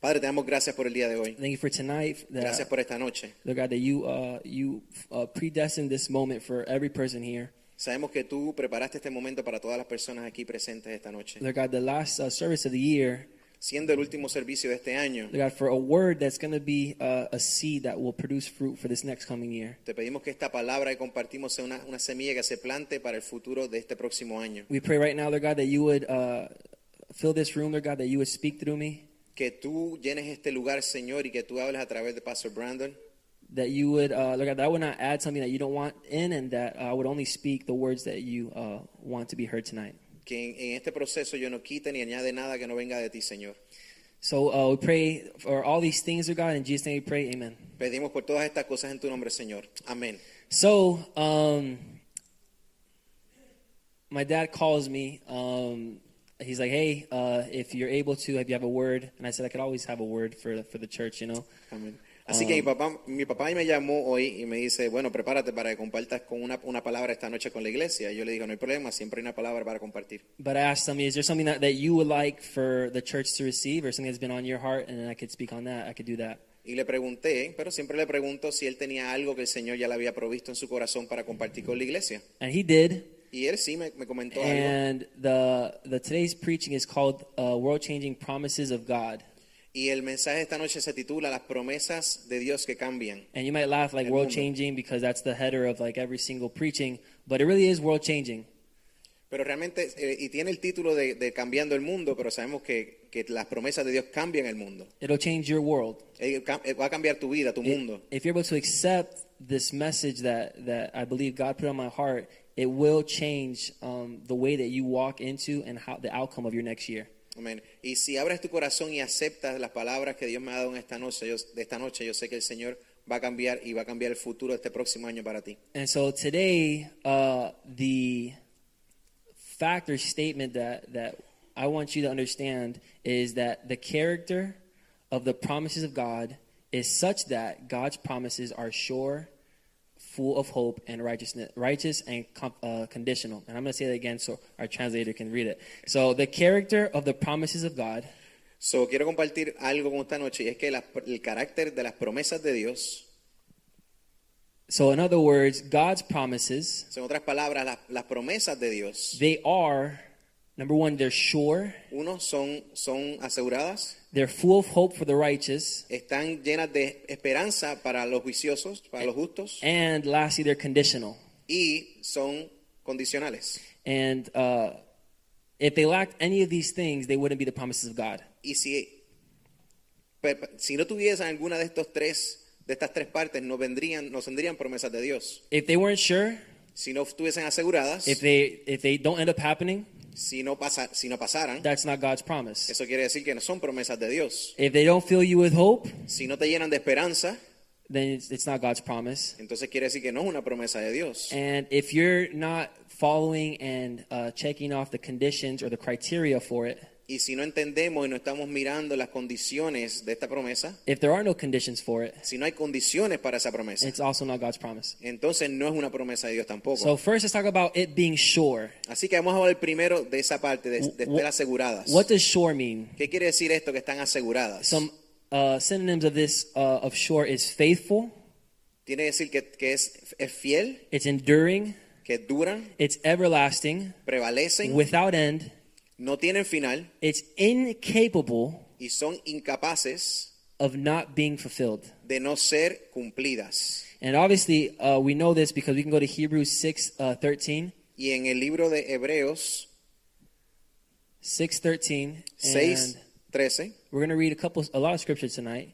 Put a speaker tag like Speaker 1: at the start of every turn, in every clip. Speaker 1: Padre, te damos gracias por el día de hoy.
Speaker 2: Thank you for tonight. That,
Speaker 1: Gracias por esta noche.
Speaker 2: Lord God, that you uh, you uh, predestined this moment for every person here.
Speaker 1: Sabemos que tú preparaste este momento para todas las personas aquí presentes esta noche.
Speaker 2: Lord God, the last uh, service of the year.
Speaker 1: Siendo el último servicio de este año,
Speaker 2: Lord God, for a word that's going to be uh, a seed that will produce fruit for this next coming year.
Speaker 1: te pedimos que esta palabra que compartimos sea una, una semilla que se plante para el futuro de este próximo año.
Speaker 2: We pray right now, Lord God, that you would uh, fill this room, Lord God, that you would speak through me,
Speaker 1: Que tú llenes este lugar, Señor, y que tú hables a través de Pastor Brandon.
Speaker 2: that you would, uh, Lord God, that I would not add something that you don't want in, and that I would only speak the words that you uh, want to be heard tonight.
Speaker 1: Que en, en este proceso yo no quite ni añade nada que no venga de ti, Señor.
Speaker 2: So uh, we pray for all these things, Lord God, in Jesus' name we pray, amen.
Speaker 1: Pedimos por todas estas cosas en tu nombre, Señor. Amén.
Speaker 2: So, um, my dad calls me. Um, he's like, "Hey, uh, if you're able to, if you have a word," and I said, "I could always have a word for for the church, you know."
Speaker 1: Amén. Así que mi papá, mi papá me llamó hoy y me dice, bueno, prepárate para que compartas con una, una palabra esta noche con la iglesia. Y yo le digo, no hay problema, siempre hay una palabra para compartir.
Speaker 2: But I asked him, "Is there something that, that you would like for the church to receive, or something that's been on your heart?" And then I could speak on that. I could do that.
Speaker 1: Y le pregunté, pero siempre le pregunto si él tenía algo que el Señor ya le había provisto en su corazón para compartir con la iglesia.
Speaker 2: And he did.
Speaker 1: Y él sí me, me comentó algo.
Speaker 2: And the the today's preaching is called uh, "World Changing Promises of God."
Speaker 1: Y el mensaje de esta noche se titula Las promesas de Dios que cambian.
Speaker 2: And you might laugh like
Speaker 1: El
Speaker 2: world
Speaker 1: mundo.
Speaker 2: changing because that's the header of like every single preaching, but it really is world changing.
Speaker 1: Pero realmente, eh, y tiene el título de, de Cambiando el Mundo, pero sabemos que, que las promesas de Dios cambian el mundo.
Speaker 2: It'll change your world.
Speaker 1: Él cam- él va a cambiar tu vida, tu
Speaker 2: Eh.
Speaker 1: mundo.
Speaker 2: If you're able to accept this message that, that I believe God put on my heart, it will change um, the way that you walk into and how the outcome of your next year.
Speaker 1: Amén. Y si abres tu corazón y aceptas las palabras que Dios me ha dado en esta noche, yo, de esta noche, yo sé que el Señor va a cambiar y va a cambiar el futuro de este próximo año para ti.
Speaker 2: And so today, uh, the fact or statement that, that I want you to understand is that the character of the promises of God is such that God's promises are sure, full of hope, and righteousness, righteous and com- uh, conditional. And I'm going to say that again so our translator can read it. So the character of the promises of God
Speaker 1: So, quiero compartir algo con esta noche y es que las- el carácter de las promesas de Dios,
Speaker 2: So, in other words, God's promises,
Speaker 1: o sea, en otras palabras, las, las promesas de Dios,
Speaker 2: they are, number one, they're sure,
Speaker 1: uno, son, son aseguradas,
Speaker 2: they're full of hope for the righteous,
Speaker 1: están llenas de esperanza para los viciosos, para los justos,
Speaker 2: and lastly, they're conditional.
Speaker 1: y son condicionales.
Speaker 2: And uh, if they lacked any of these things, they wouldn't be the promises of God.
Speaker 1: Y si, pe- pe- si no tuviesen alguna de estos tres, de estas tres partes, no vendrían, no tendrían promesas de Dios.
Speaker 2: If they weren't sure,
Speaker 1: Si no estuviesen aseguradas,
Speaker 2: if they if they don't end up happening,
Speaker 1: si no pasa, si no pasaran,
Speaker 2: that's not God's promise.
Speaker 1: eso quiere decir que no son promesas de Dios.
Speaker 2: If they don't fill you with hope,
Speaker 1: Si no te llenan de esperanza,
Speaker 2: then it's, it's not God's promise.
Speaker 1: entonces quiere decir que no es una promesa de Dios.
Speaker 2: And if you're not following and uh, checking off the conditions or the criteria for it,
Speaker 1: Y si no entendemos y no estamos mirando las condiciones de esta promesa,
Speaker 2: if there are no conditions for it,
Speaker 1: si no hay condiciones para esa promesa,
Speaker 2: it's also not God's promise.
Speaker 1: entonces no es una promesa de Dios
Speaker 2: So
Speaker 1: tampoco.
Speaker 2: first, let's talk about it being sure.
Speaker 1: Así que vamos a hablar primero de esa parte, de, de
Speaker 2: Wh-
Speaker 1: estar aseguradas.
Speaker 2: What does sure mean?
Speaker 1: ¿Qué quiere decir esto que están aseguradas?
Speaker 2: Some uh, synonyms of this uh, of sure is faithful,
Speaker 1: Tiene que decir que, que es, es fiel,
Speaker 2: it's enduring,
Speaker 1: que duran,
Speaker 2: it's everlasting,
Speaker 1: prevalecen,
Speaker 2: without end,
Speaker 1: no tienen final
Speaker 2: it's incapable
Speaker 1: y son incapaces
Speaker 2: of not being fulfilled.
Speaker 1: de no ser cumplidas.
Speaker 2: And obviously, uh, we know this because we can go to Hebrews 6 uh, 13.
Speaker 1: Y en el libro de Hebreos
Speaker 2: 6 13.
Speaker 1: 6, 13,
Speaker 2: we're going to read a couple, a lot of scriptures tonight.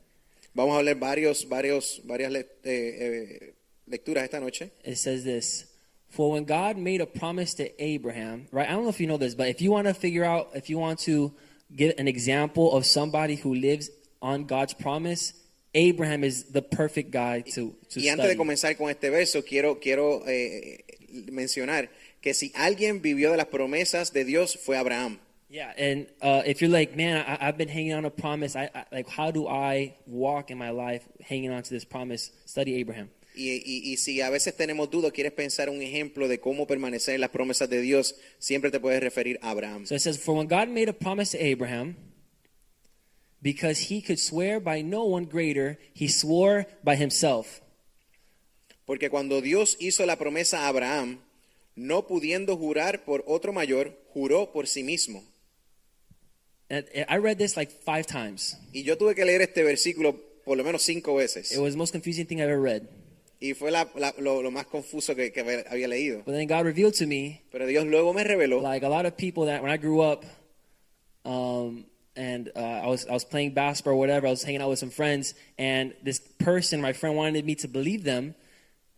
Speaker 1: vamos a leer varios, varios, varias le- eh, eh, lecturas esta noche.
Speaker 2: it says this for when god made a promise to abraham right i don't know if you know this but if you want to figure out if you want to get an example of somebody who lives on god's promise Abraham is the perfect guy to, to
Speaker 1: Y antes de
Speaker 2: study.
Speaker 1: comenzar con este verso, quiero, quiero eh, mencionar que si alguien vivió de las promesas de Dios fue Abraham.
Speaker 2: Yeah, and uh, if you're like, man, I, I've been hanging on a promise. I, I like, how do I walk in my life hanging on to this promise? Study Abraham.
Speaker 1: Y, y- y si a veces tenemos dudas, quieres pensar un ejemplo de cómo permanecer en las promesas de Dios, siempre te puedes referir a Abraham.
Speaker 2: So it says, for when God made a promise to Abraham, because he could swear by no one greater, he swore by himself.
Speaker 1: Porque cuando Dios hizo la promesa a Abraham, no pudiendo jurar por otro mayor, juró por sí mismo.
Speaker 2: And I read this like five times.
Speaker 1: Y yo tuve que leer este versículo por lo menos cinco veces.
Speaker 2: It was the most confusing thing I've ever read.
Speaker 1: Y fue la- la- lo, lo más confuso que, que había leído.
Speaker 2: But then God revealed to me,
Speaker 1: Pero Dios luego me reveló
Speaker 2: like a lot of people that when I grew up, um, and uh, I was I was playing basketball or whatever, I was hanging out with some friends, and this person, my friend, wanted me to believe them.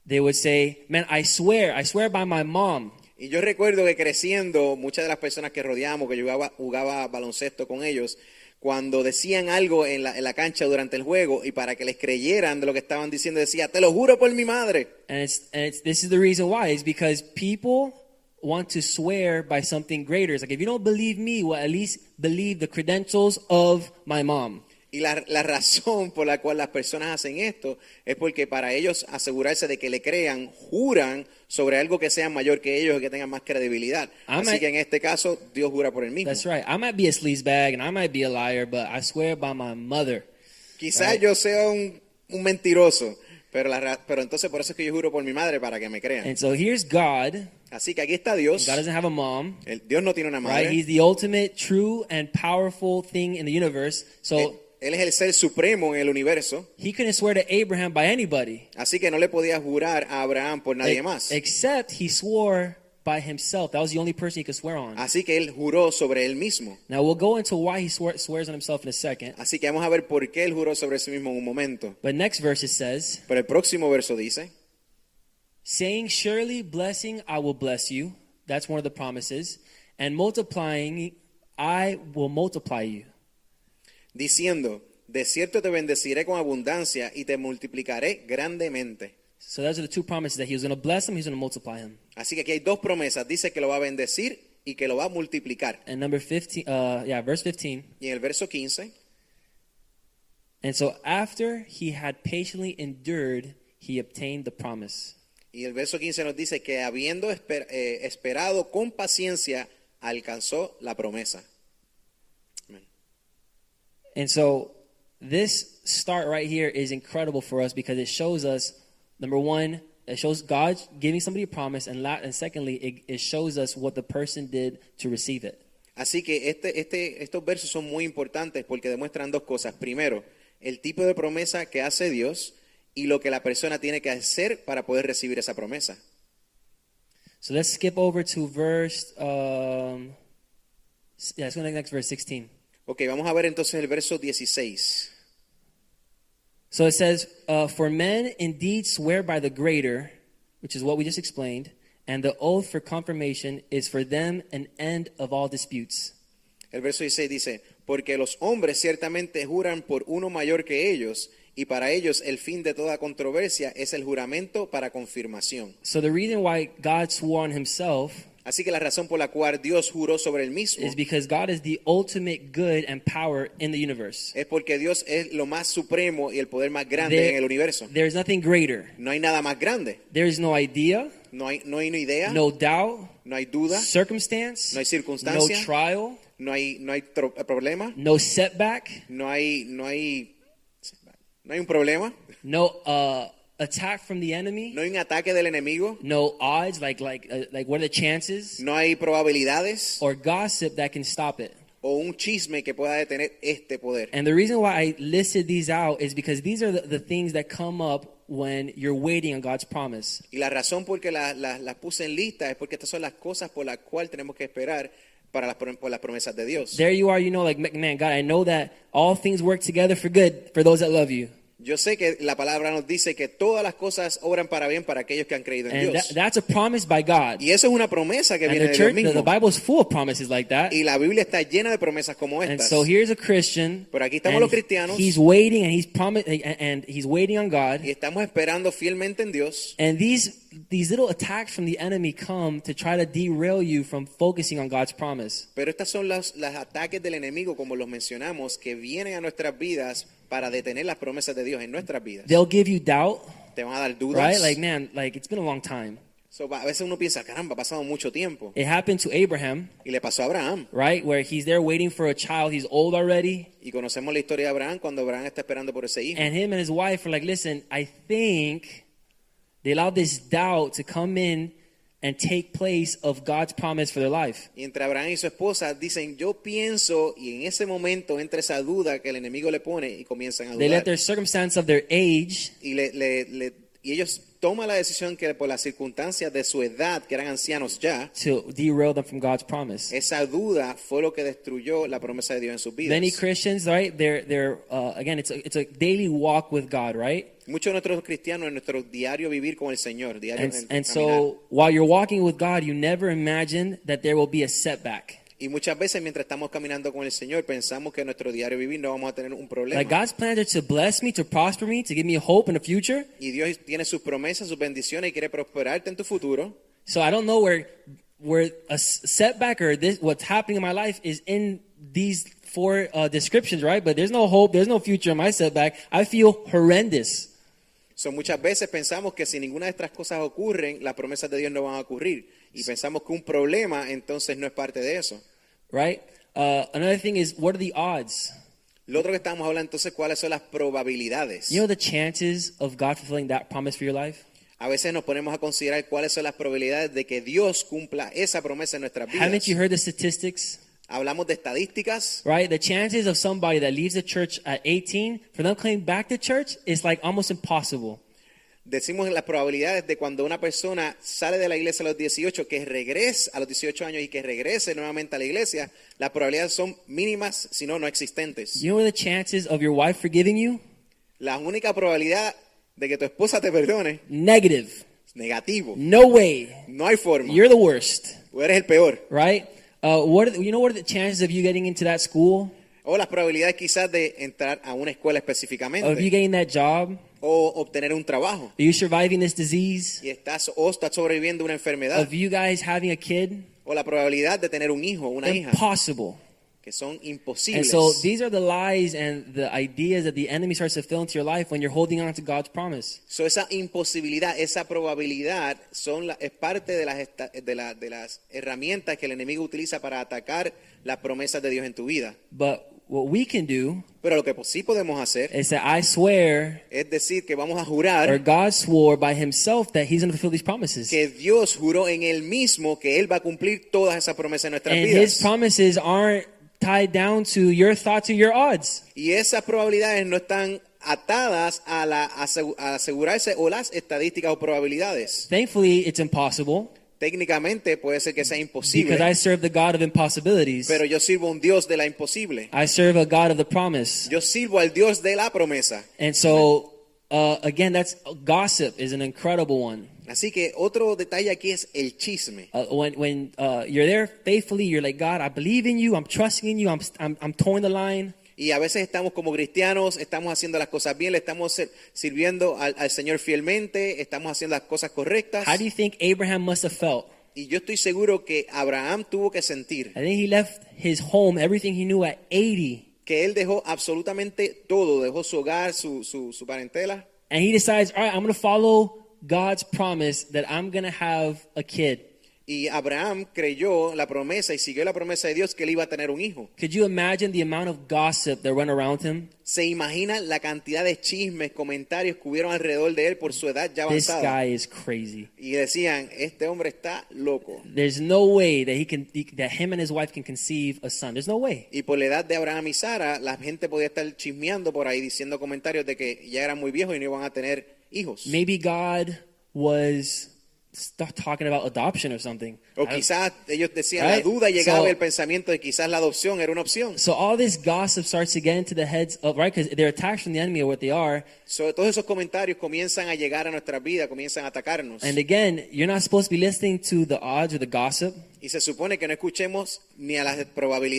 Speaker 2: They would say, "Man, I swear, I swear by my mom."
Speaker 1: Y yo recuerdo que creciendo, muchas de las personas que rodeamos, que yo jugaba, jugaba baloncesto con ellos, cuando decían algo en la, en la cancha durante el juego y para que les creyeran de lo que estaban diciendo, decía, te lo juro por mi madre.
Speaker 2: And it's and it's this is the reason why is because people want to swear by something greater. It's like if you don't believe me, well, at least believe the credentials of my mom.
Speaker 1: Y la, la razón por la cual las personas hacen esto es porque para ellos asegurarse de que le crean, juran sobre algo que sea mayor que ellos y que tengan más credibilidad.
Speaker 2: Ah,
Speaker 1: Así
Speaker 2: me-
Speaker 1: que en este caso, Dios jura por él mismo.
Speaker 2: That's right. I might be a sleazebag and I might be a liar, but I swear by my mother.
Speaker 1: Quizás yo sea un, un mentiroso, pero, la ra- pero entonces por eso es que yo juro por mi madre para que me crean.
Speaker 2: And so here's God.
Speaker 1: Así que aquí está Dios.
Speaker 2: God doesn't have a mom,
Speaker 1: El- Dios no tiene una madre.
Speaker 2: right? He's the ultimate, true, and powerful thing in the universe.
Speaker 1: él,
Speaker 2: So
Speaker 1: él es el ser supremo en el universo.
Speaker 2: he couldn't swear to Abraham by anybody,
Speaker 1: Así que no le podía jurar a Abraham por nadie
Speaker 2: e-
Speaker 1: más.
Speaker 2: except he swore by himself. That was the only person he could swear on.
Speaker 1: Así que él juró sobre él mismo.
Speaker 2: Now we'll go into why he swore, swears on himself in a second.
Speaker 1: Así que vamos a ver por qué él juró sobre sí mismo en un momento.
Speaker 2: But next verse it says,
Speaker 1: Pero el próximo verso dice,
Speaker 2: saying, Surely blessing I will bless you. That's one of the promises. And multiplying I will multiply you.
Speaker 1: diciendo, de cierto te bendeciré con abundancia y te multiplicaré grandemente.
Speaker 2: So those are the two promises that he was going to bless him, he's going to multiply him.
Speaker 1: Así que aquí hay dos promesas. Dice que lo va a bendecir y que lo va a multiplicar.
Speaker 2: And number 15, uh, yeah, verse 15.
Speaker 1: Y en el verso 15,
Speaker 2: And so after he had patiently endured, he obtained the promise.
Speaker 1: y el verso 15 nos dice que habiendo esper- eh, esperado con paciencia, alcanzó la promesa.
Speaker 2: And so this start right here is incredible for us because it shows us number one, it shows God giving somebody a promise, and la- and secondly, it, it shows us what the person did to receive it.
Speaker 1: Así que este, este, estos versos son muy importantes porque demuestran dos cosas. Primero, el tipo de promesa que hace Dios y lo que la persona tiene que hacer para poder recibir esa promesa.
Speaker 2: So let's skip over to verse. Um, s- yeah, let's go to the next verse, sixteen.
Speaker 1: Ok, vamos a ver entonces el verso 16.
Speaker 2: So it says, uh, For men indeed swear by the greater, which is what we just explained, and the oath for confirmation is for them an end of all disputes.
Speaker 1: El verso 16 dice, porque los hombres ciertamente juran por uno mayor que ellos y para ellos el fin de toda controversia es el juramento para confirmación.
Speaker 2: So the reason why God swore on himself
Speaker 1: Así que la razón por la cual Dios juró sobre el mismo
Speaker 2: is because God is the ultimate good and power in the universe.
Speaker 1: es porque Dios es lo más supremo y el poder más grande en el universo.
Speaker 2: there's nothing greater.
Speaker 1: No hay nada más grande.
Speaker 2: There is no idea,
Speaker 1: No hay, no hay ni idea,
Speaker 2: no doubt,
Speaker 1: no hay duda,
Speaker 2: circumstance,
Speaker 1: No hay
Speaker 2: no
Speaker 1: circunstancia.
Speaker 2: trial,
Speaker 1: no hay, no hay tro- problema,
Speaker 2: no setback,
Speaker 1: no hay, no hay, no hay un problema,
Speaker 2: no uh, attack from the enemy,
Speaker 1: no hay un ataque del enemigo,
Speaker 2: no odds like like uh, like what are the chances?
Speaker 1: no hay probabilidades
Speaker 2: or gossip that can stop it.
Speaker 1: o un chisme que pueda detener este poder.
Speaker 2: And the reason why I listed these out is because these are the, the things that come up when you're waiting on God's promise.
Speaker 1: Y la razón por que las las- las puse en lista es porque estas son las cosas por las cuales tenemos que esperar para las, prom- por las promesas de Dios.
Speaker 2: There you are, you know, like, man, God, I know that all things work together for good for those that love you.
Speaker 1: Yo sé que la palabra nos dice que todas las cosas obran para bien para aquellos que han creído en
Speaker 2: And
Speaker 1: Dios.
Speaker 2: that, that's a promise by God.
Speaker 1: y eso es una promesa que
Speaker 2: And
Speaker 1: viene
Speaker 2: the
Speaker 1: de
Speaker 2: church,
Speaker 1: Dios
Speaker 2: the,
Speaker 1: mismo.
Speaker 2: the Bible is full of promises like that.
Speaker 1: y la Biblia está llena de promesas como
Speaker 2: And
Speaker 1: estas.
Speaker 2: so here's a Christian.
Speaker 1: Pero aquí estamos
Speaker 2: and
Speaker 1: los cristianos.
Speaker 2: He's waiting and he's promi- and- and he's waiting on
Speaker 1: y
Speaker 2: God.
Speaker 1: estamos esperando fielmente en Dios.
Speaker 2: And these these little attacks from the enemy come to try to derail you from focusing on God's promise.
Speaker 1: Pero estas son las, las ataques del enemigo, como los mencionamos, que vienen a nuestras vidas para detener las promesas de Dios en nuestras vidas.
Speaker 2: They'll give you doubt,
Speaker 1: Te van a dar dudas.
Speaker 2: right? Like man, like it's been a long time.
Speaker 1: So, a veces uno piensa, caramba, ha pasado mucho tiempo.
Speaker 2: It happened to Abraham,
Speaker 1: Y le pasó a Abraham.
Speaker 2: right? Where he's there waiting for a child. He's old already.
Speaker 1: Y conocemos la historia de Abraham cuando Abraham está esperando por ese hijo.
Speaker 2: And him and his wife were like, listen, I think they allowed this doubt to come in and take place of God's promise for their life.
Speaker 1: Y entre Abraham y su esposa dicen, yo pienso, y en ese momento entra esa duda que el enemigo le pone y comienzan a
Speaker 2: They let
Speaker 1: dudar.
Speaker 2: their circumstance of their age
Speaker 1: Y, le- le- le- y ellos toman la decisión que por las circunstancias de su edad, que eran ancianos ya,
Speaker 2: to derail them from God's promise.
Speaker 1: esa duda fue lo que destruyó la promesa de Dios en sus vidas.
Speaker 2: Many Christians, right? They're they're uh, again, it's a, it's a daily walk with God, right?
Speaker 1: Muchos de nuestros cristianos en nuestro diario vivir con el Señor, diario
Speaker 2: And
Speaker 1: en-
Speaker 2: and
Speaker 1: caminar.
Speaker 2: so while you're walking with God, you never imagine that there will be a setback.
Speaker 1: y muchas veces mientras estamos caminando con el Señor pensamos que en nuestro diario vivir no vamos a tener un problema.
Speaker 2: Like God's plans are to bless me, to prosper me, to give me hope in the future.
Speaker 1: y Dios tiene sus promesas, sus bendiciones y quiere prosperarte en tu futuro.
Speaker 2: So I don't know where where a s- setback or this what's happening in my life is in these four uh, descriptions, right? But there's no hope, there's no future in my setback. I feel horrendous.
Speaker 1: So, muchas veces pensamos que si ninguna de estas cosas ocurren, las promesas de Dios no van a ocurrir. Y pensamos que un problema entonces no es parte de eso.
Speaker 2: right? Uh, another thing is, what are the odds?
Speaker 1: Lo otro que estábamos hablando entonces, ¿cuáles son las probabilidades?
Speaker 2: You know the chances of God fulfilling that promise for your life?
Speaker 1: A veces nos ponemos a considerar cuáles son las probabilidades de que Dios cumpla esa promesa en nuestras
Speaker 2: Haven't you
Speaker 1: vidas.
Speaker 2: heard the statistics?
Speaker 1: Hablamos de estadísticas.
Speaker 2: Right? The chances of somebody that leaves the church at 18 for them coming back to church is like almost impossible.
Speaker 1: Decimos las probabilidades de cuando una persona sale de la iglesia a los 18, que regrese a los 18 años y que regrese nuevamente a la iglesia, las probabilidades son mínimas, si no, no existentes.
Speaker 2: You know what the chances of your wife forgiving you?
Speaker 1: La única probabilidad de que tu esposa te perdone
Speaker 2: Negative.
Speaker 1: es negativo.
Speaker 2: No way.
Speaker 1: No hay forma.
Speaker 2: You're the worst.
Speaker 1: O eres el peor.
Speaker 2: right? Uh, what are the, you know what are the chances of you getting into that school,
Speaker 1: O las probabilidades quizás de entrar a una escuela
Speaker 2: of you
Speaker 1: específicamente.
Speaker 2: getting that job,
Speaker 1: O obtener un trabajo.
Speaker 2: of you surviving this disease,
Speaker 1: Y estás o estás sobreviviendo a una enfermedad.
Speaker 2: of you guys having a kid?
Speaker 1: O la probabilidad de tener un hijo o una hija.
Speaker 2: Impossible.
Speaker 1: Que son
Speaker 2: And
Speaker 1: imposibles.
Speaker 2: so these are the lies and the ideas that the enemy starts to fill into your life when you're holding on to God's promise.
Speaker 1: So, esa imposibilidad, esa probabilidad son la- es parte de las, esta- de, la- de las herramientas que el enemigo utiliza para atacar las promesas de Dios en tu vida.
Speaker 2: But what we can do
Speaker 1: Pero lo que sí podemos hacer
Speaker 2: is that I swear,
Speaker 1: es decir que vamos a jurar
Speaker 2: or God swore by Himself that He's going to fulfill these promises.
Speaker 1: que Dios juró en él mismo que él va a cumplir todas esas promesas en nuestras
Speaker 2: And His
Speaker 1: vidas.
Speaker 2: promises aren't tied down to your thoughts or your odds.
Speaker 1: y esas probabilidades no están atadas a la asegu- a asegurarse o las estadísticas o probabilidades.
Speaker 2: Thankfully, it's impossible.
Speaker 1: Técnicamente puede ser que sea imposible,
Speaker 2: Because I serve the God of impossibilities.
Speaker 1: pero yo sirvo a un Dios de la imposible.
Speaker 2: I serve a God of the promise.
Speaker 1: Yo sirvo al Dios de la promesa.
Speaker 2: And so, uh, again, that's gossip is an incredible one.
Speaker 1: Así que otro detalle aquí es el chisme.
Speaker 2: Uh, when when uh, you're there faithfully, you're like, God, I believe in you. I'm trusting in you. I'm I'm, I'm towing the line.
Speaker 1: Y a veces estamos como cristianos, estamos haciendo las cosas bien, le estamos ser- sirviendo al, al Señor fielmente, estamos haciendo las cosas correctas.
Speaker 2: How do you think Abraham must have felt?
Speaker 1: Y yo estoy seguro que Abraham tuvo que sentir
Speaker 2: I think he left his home, everything he knew at 80,
Speaker 1: que él dejó absolutamente todo, dejó su hogar, su, su, su parentela,
Speaker 2: and he decides, all right, I'm gonna follow God's promise that I'm gonna have a kid.
Speaker 1: y Abraham creyó la promesa y siguió la promesa de Dios que él iba a tener un hijo.
Speaker 2: Could you imagine the amount of gossip that went around him?
Speaker 1: ¿Se imagina la cantidad de chismes, comentarios que hubieron alrededor de él por su edad ya
Speaker 2: This
Speaker 1: avanzada?
Speaker 2: guy is crazy.
Speaker 1: Y decían, este hombre está loco.
Speaker 2: There's no way that he can he- that him and his wife can conceive a son. There's no way.
Speaker 1: Y por la edad de Abraham y Sara, la gente podía estar chismeando por ahí diciendo comentarios de que ya eran muy viejos y no iban a tener hijos.
Speaker 2: Maybe God was start talking about adoption or something.
Speaker 1: O
Speaker 2: I don't-
Speaker 1: quizás ellos decían, la
Speaker 2: Right?
Speaker 1: duda llegaba
Speaker 2: So-
Speaker 1: y el pensamiento de quizás la adopción era una opción.
Speaker 2: So all this gossip starts to get into the heads of right because they're attacks from the enemy or what they are.
Speaker 1: So, todos esos comentarios comienzan a llegar a nuestra vida, comienzan a atacarnos.
Speaker 2: And again, you're not supposed to be listening to the odds or the gossip
Speaker 1: y se supone que no escuchemos ni a las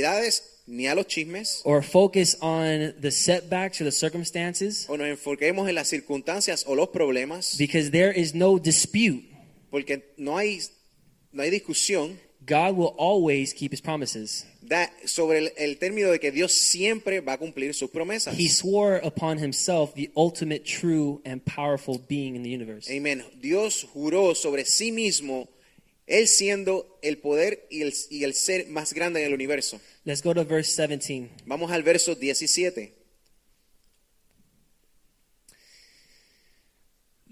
Speaker 1: probabilidades, ni a los chismes,
Speaker 2: or focus on the setbacks or the circumstances
Speaker 1: o nos enfoquemos en las circunstancias o los problemas,
Speaker 2: because there is no dispute.
Speaker 1: porque no hay, no hay discusión
Speaker 2: God will always keep his promises.
Speaker 1: da- sobre el, el término de que Dios siempre va a cumplir sus promesas.
Speaker 2: He swore upon himself the ultimate true and powerful being in the universe.
Speaker 1: Amén. Dios juró sobre sí mismo, Él siendo el poder y el, y el ser más grande en el universo.
Speaker 2: Let's go to verse 17.
Speaker 1: Vamos al verso 17.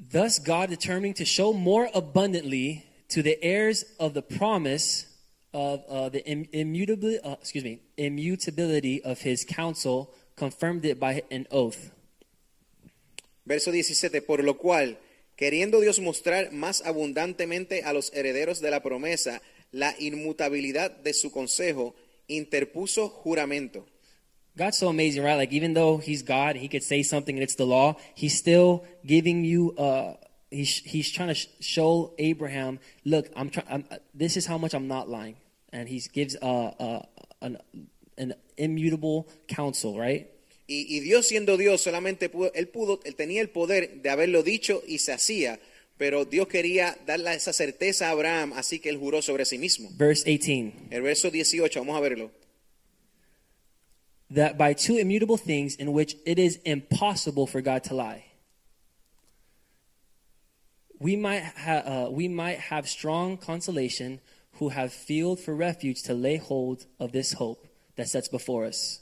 Speaker 2: Thus, God determining to show more abundantly to the heirs of the promise of uh, the im- immutability, uh, excuse me, immutability of His counsel, confirmed it by an oath.
Speaker 1: Verso 17, por lo cual, queriendo Dios mostrar más abundantemente a los herederos de la promesa la inmutabilidad de su consejo, interpuso juramento.
Speaker 2: God's so amazing, right? Like even though He's God, He could say something and it's the law. He's still giving you. Uh, he's He's trying to sh- show Abraham, look, I'm trying. I'm, uh, this is how much I'm not lying, and He gives uh, uh, an an immutable counsel, right?
Speaker 1: Y, y Dios siendo Dios, solamente pudo, él pudo, él tenía el poder de haberlo dicho y se hacía, pero Dios quería darle esa certeza a Abraham, así que él juró sobre sí mismo.
Speaker 2: Verse 18.
Speaker 1: El verso 18, vamos a verlo.
Speaker 2: that by two immutable things in which it is impossible for God to lie. We might, ha- uh, we might have strong consolation who have field for refuge to lay hold of this hope that sets before us.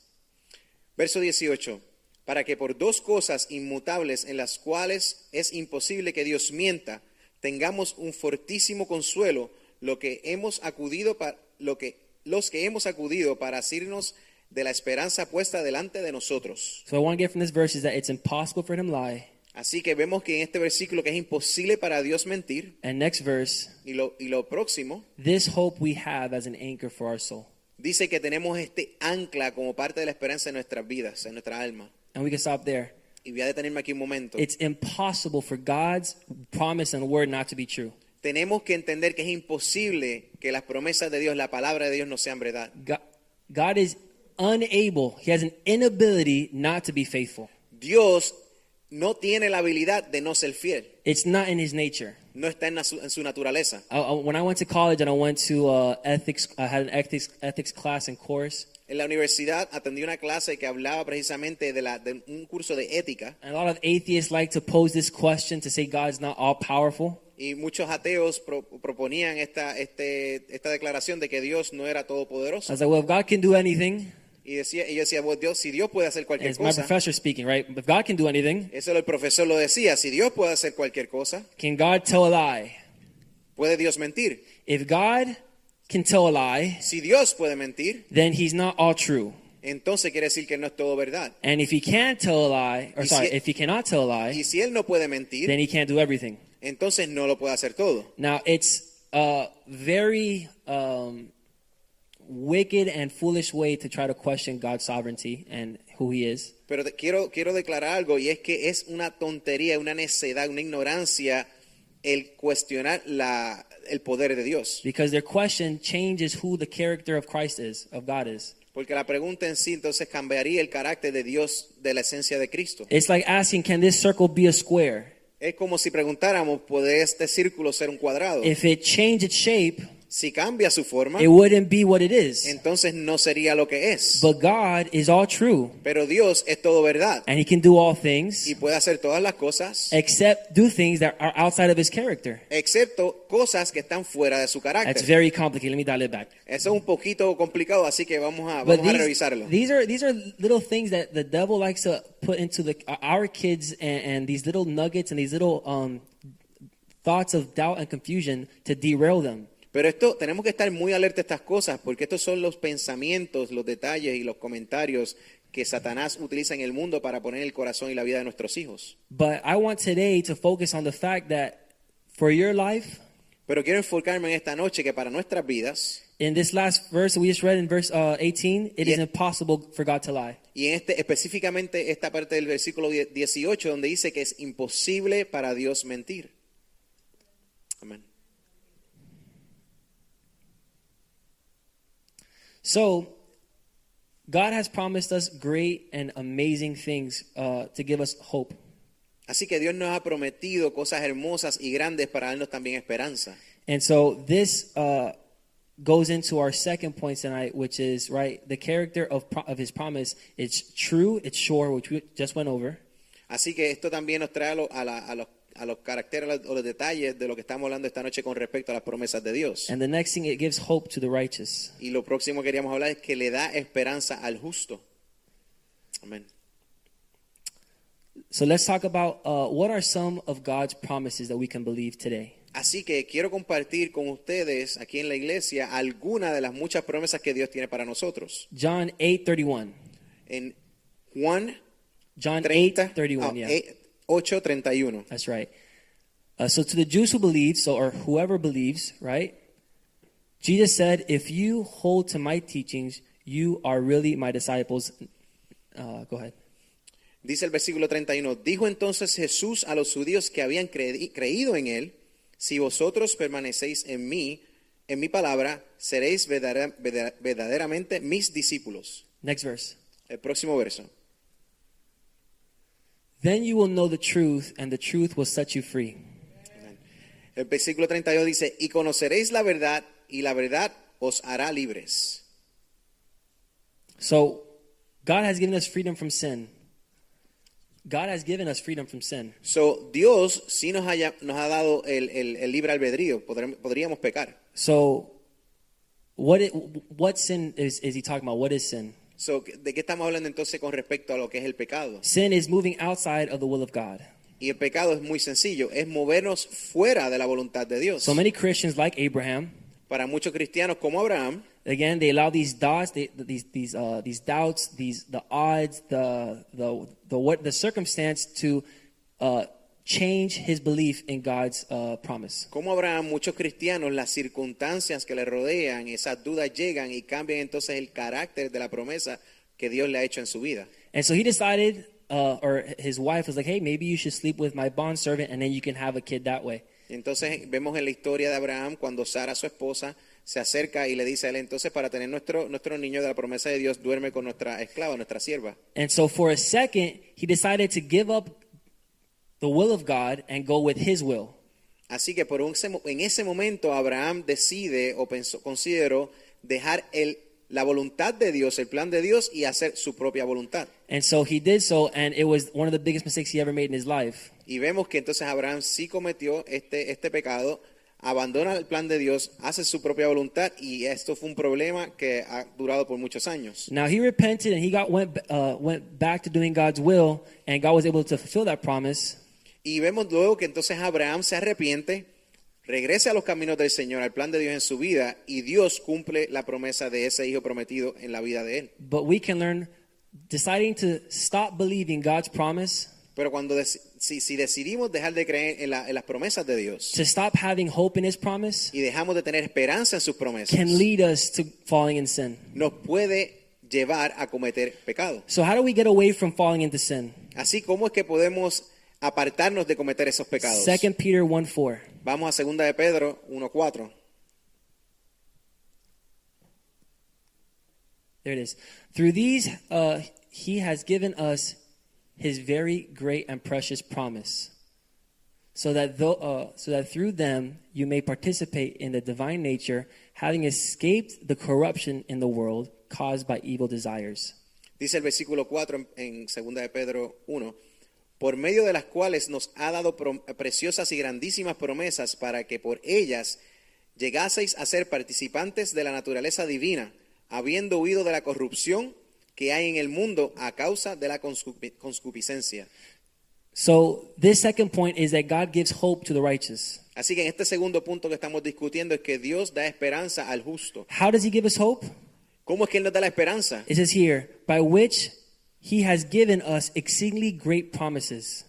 Speaker 1: Verso 18. Para que por dos cosas inmutables en las cuales es imposible que Dios mienta, tengamos un fortísimo consuelo lo que hemos acudido pa- lo que, los que hemos acudido para asirnos de la esperanza puesta delante de nosotros.
Speaker 2: So, what I want to get from this verse is that it's impossible for him to lie.
Speaker 1: Así que vemos que en este versículo que es imposible para Dios mentir,
Speaker 2: And next verse,
Speaker 1: y lo, y lo próximo,
Speaker 2: this hope we have as an anchor for our soul.
Speaker 1: dice que tenemos este ancla como parte de la esperanza en nuestras vidas, en nuestra alma.
Speaker 2: And we can stop there.
Speaker 1: Y voy a detenerme aquí un momento.
Speaker 2: It's impossible for God's promise and word not to be true.
Speaker 1: Tenemos que entender que es imposible que las promesas de Dios, la palabra de Dios no sean verdad.
Speaker 2: God, God is unable, He has an inability not to be faithful.
Speaker 1: Dios no tiene la habilidad de no ser fiel.
Speaker 2: It's not in His nature.
Speaker 1: No está en, la su, en su naturaleza.
Speaker 2: I, I- when I went to college and I went to uh, ethics, I had an ethics, ethics class and course,
Speaker 1: En la universidad atendí una clase que hablaba precisamente de, la, de un curso de ética
Speaker 2: and a lot of atheists like to pose this question to say God's not all powerful.
Speaker 1: y muchos ateos pro- proponían esta, este, esta declaración de que Dios no era
Speaker 2: I
Speaker 1: todopoderoso.
Speaker 2: was like, well, if God can do anything,
Speaker 1: Y, decía, y yo decía, "Bueno, Dios, si Dios puede hacer
Speaker 2: and
Speaker 1: cualquier
Speaker 2: it's my
Speaker 1: cosa,
Speaker 2: professor speaking, right? If God can do anything,
Speaker 1: eso el profesor lo decía, si Dios puede hacer cualquier cosa,
Speaker 2: can God tell a lie?
Speaker 1: ¿puede Dios mentir?
Speaker 2: If God can tell a lie,
Speaker 1: Si Dios puede mentir,
Speaker 2: then He's not all true.
Speaker 1: entonces quiere decir que no es todo verdad.
Speaker 2: And if He can tell a lie, or
Speaker 1: Y
Speaker 2: sorry,
Speaker 1: si-
Speaker 2: if He cannot tell a lie,
Speaker 1: Y si él no puede mentir,
Speaker 2: then He can't do everything.
Speaker 1: entonces no lo puede hacer todo.
Speaker 2: Now it's a very um, wicked and foolish way to try to question God's sovereignty and who He is.
Speaker 1: Pero te- quiero, quiero declarar algo y es que es una tontería, una necedad, una ignorancia el cuestionar la, el poder de Dios.
Speaker 2: Because their question changes who the character of Christ is, of God is.
Speaker 1: Porque la pregunta en sí entonces cambiaría el carácter de Dios de la esencia de Cristo.
Speaker 2: It's like asking, can this circle be a square?
Speaker 1: Es como si preguntáramos, ¿puede este círculo ser un cuadrado?
Speaker 2: If it changed its shape,
Speaker 1: Si cambia su forma,
Speaker 2: it wouldn't be what it is.
Speaker 1: entonces no sería lo que es.
Speaker 2: But God is all true,
Speaker 1: Pero Dios es todo verdad
Speaker 2: and He can do all things
Speaker 1: y puede hacer todas las cosas,
Speaker 2: except do things that are outside of His character.
Speaker 1: excepto cosas que están fuera de su
Speaker 2: That's
Speaker 1: carácter.
Speaker 2: very complicated. Let me dial it back.
Speaker 1: Eso es un poquito complicado, así que vamos a,
Speaker 2: But
Speaker 1: vamos a
Speaker 2: these,
Speaker 1: revisarlo.
Speaker 2: these are these are little things that the devil likes to put into the our kids and, and these little nuggets and these little um, thoughts of doubt and confusion to derail them.
Speaker 1: Pero esto tenemos que estar muy alerta a estas cosas, porque estos son los pensamientos, los detalles y los comentarios que Satanás utiliza en el mundo para poner el corazón y la vida de nuestros hijos.
Speaker 2: But I want today to focus on the fact that for your life,
Speaker 1: Pero quiero enfocarme en esta noche que para nuestras vidas
Speaker 2: In this last verse we just read in verse uh, 18, it is
Speaker 1: Yeah.
Speaker 2: impossible for God to lie.
Speaker 1: y en este específicamente esta parte del versículo 10 18 donde dice que es imposible para Dios mentir. Amén.
Speaker 2: So, God has promised us great and amazing things uh, to give us hope.
Speaker 1: Así que Dios nos ha prometido cosas hermosas y grandes para darnos también esperanza.
Speaker 2: And so this uh, goes into our second point tonight, which is right the character of pro- of His promise. It's true, it's sure, which we just went over.
Speaker 1: Así que esto también nos trae a, lo- a la- a los, a los caracteres a los- o los detalles de lo que estamos hablando esta noche con respecto a las promesas de Dios.
Speaker 2: And the next thing, it gives hope to the righteous.
Speaker 1: Y lo próximo que queríamos hablar es que le da esperanza al justo. Amén.
Speaker 2: So let's talk about uh, what are some of God's promises that we can believe today.
Speaker 1: Así que quiero compartir con ustedes aquí en la iglesia algunas de las muchas promesas que Dios tiene para nosotros.
Speaker 2: John eight thirty one.
Speaker 1: En Juan
Speaker 2: John
Speaker 1: 30,
Speaker 2: eight thirty one.
Speaker 1: ah,
Speaker 2: yeah,
Speaker 1: eh, 8, 31.
Speaker 2: that's right. Uh, so to the Jews who believe, so or whoever believes, right? Jesus said, "If you hold to my teachings, you are really my disciples." Uh, go ahead.
Speaker 1: Dice el versículo 31, dijo entonces Jesús a los judíos que habían creí- creído en él, si vosotros permanecéis en mí, en mi palabra, seréis verdadera- verdadera- verdaderamente mis discípulos.
Speaker 2: Next verse.
Speaker 1: El próximo verso.
Speaker 2: Then you will know the truth, and the truth will set you free.
Speaker 1: El versículo 32 dice, y conoceréis la verdad, y la verdad os hará libres.
Speaker 2: So, God has given us freedom from sin. God has given us freedom from sin.
Speaker 1: So, Dios sí nos, haya- nos ha dado el, el- el libre albedrío, podremos- podríamos pecar.
Speaker 2: So, what it, what sin is, is he talking about? What is sin?
Speaker 1: So, ¿De qué estamos hablando entonces con respecto a lo que es el pecado?
Speaker 2: Sin is moving outside of the will of God.
Speaker 1: Y el pecado es muy sencillo, es movernos fuera de la voluntad de Dios.
Speaker 2: So many Christians, like Abraham,
Speaker 1: Para muchos cristianos como Abraham,
Speaker 2: again they allow these doubts, they, these these uh, these doubts, these the odds, the the the what the circumstance to uh, change his belief in God's uh, promise.
Speaker 1: como Abraham, muchos cristianos, las circunstancias que le rodean, esas dudas llegan y cambian entonces el carácter de la promesa que Dios le ha hecho en su vida.
Speaker 2: And so he decided, uh, or his wife was like, hey, maybe you should sleep with my bondservant and then you can have a kid that way.
Speaker 1: Y entonces vemos en la historia de Abraham cuando Sara, su esposa, se acerca y le dice a él, entonces para tener nuestro, nuestro niño de la promesa de Dios, duerme con nuestra esclava, nuestra sierva.
Speaker 2: And so for a second, he decided to give up the will of God and go with his will.
Speaker 1: Así que por un, ese mo- en ese momento Abraham decide o pensó, consideró dejar el, la voluntad de Dios, el plan de Dios y hacer su propia voluntad.
Speaker 2: And so he did so, and it was one of the biggest mistakes he ever made in his life.
Speaker 1: Y vemos que entonces Abraham sí cometió este, este pecado, abandona el plan de Dios, hace su propia voluntad y esto fue un problema que ha durado por muchos años.
Speaker 2: Now he repented and he got went uh, went back to doing God's will, and God was able to fulfill that promise.
Speaker 1: Y vemos luego que entonces Abraham se arrepiente, regresa a los caminos del Señor, al plan de Dios en su vida y Dios cumple la promesa de ese hijo prometido en la vida de él.
Speaker 2: But we can learn deciding to stop believing God's promise,
Speaker 1: Pero cuando deci- si, si decidimos dejar de creer en, la- en las promesas de Dios
Speaker 2: to stop having hope in His promise,
Speaker 1: y dejamos de tener esperanza en sus promesas,
Speaker 2: can lead us to falling in sin.
Speaker 1: nos puede llevar a cometer pecado.
Speaker 2: So how do we get away from falling into sin?
Speaker 1: Así como es que podemos apartarnos de cometer esos pecados.
Speaker 2: Second Peter 1 4.
Speaker 1: Vamos a segunda de Pedro 1.4.
Speaker 2: There it is. Through these uh, he has given us his very great and precious promise. So that though, uh, so that through them you may participate in the divine nature, having escaped the corruption in the world caused by evil desires.
Speaker 1: Dice el versículo 4 en, en segunda de Pedro 1. Por medio de las cuales nos ha dado prom- preciosas y grandísimas promesas para que por ellas llegaseis a ser participantes de la naturaleza divina, habiendo huido de la corrupción que hay en el mundo a causa de la conscupi- concupiscencia.
Speaker 2: So this second point is that God gives hope to the righteous.
Speaker 1: Así que en este segundo punto que estamos discutiendo es que Dios da esperanza al justo.
Speaker 2: How does he give us hope?
Speaker 1: ¿Cómo es que Él nos da la esperanza?
Speaker 2: It says here, by which he has given us exceedingly great promises.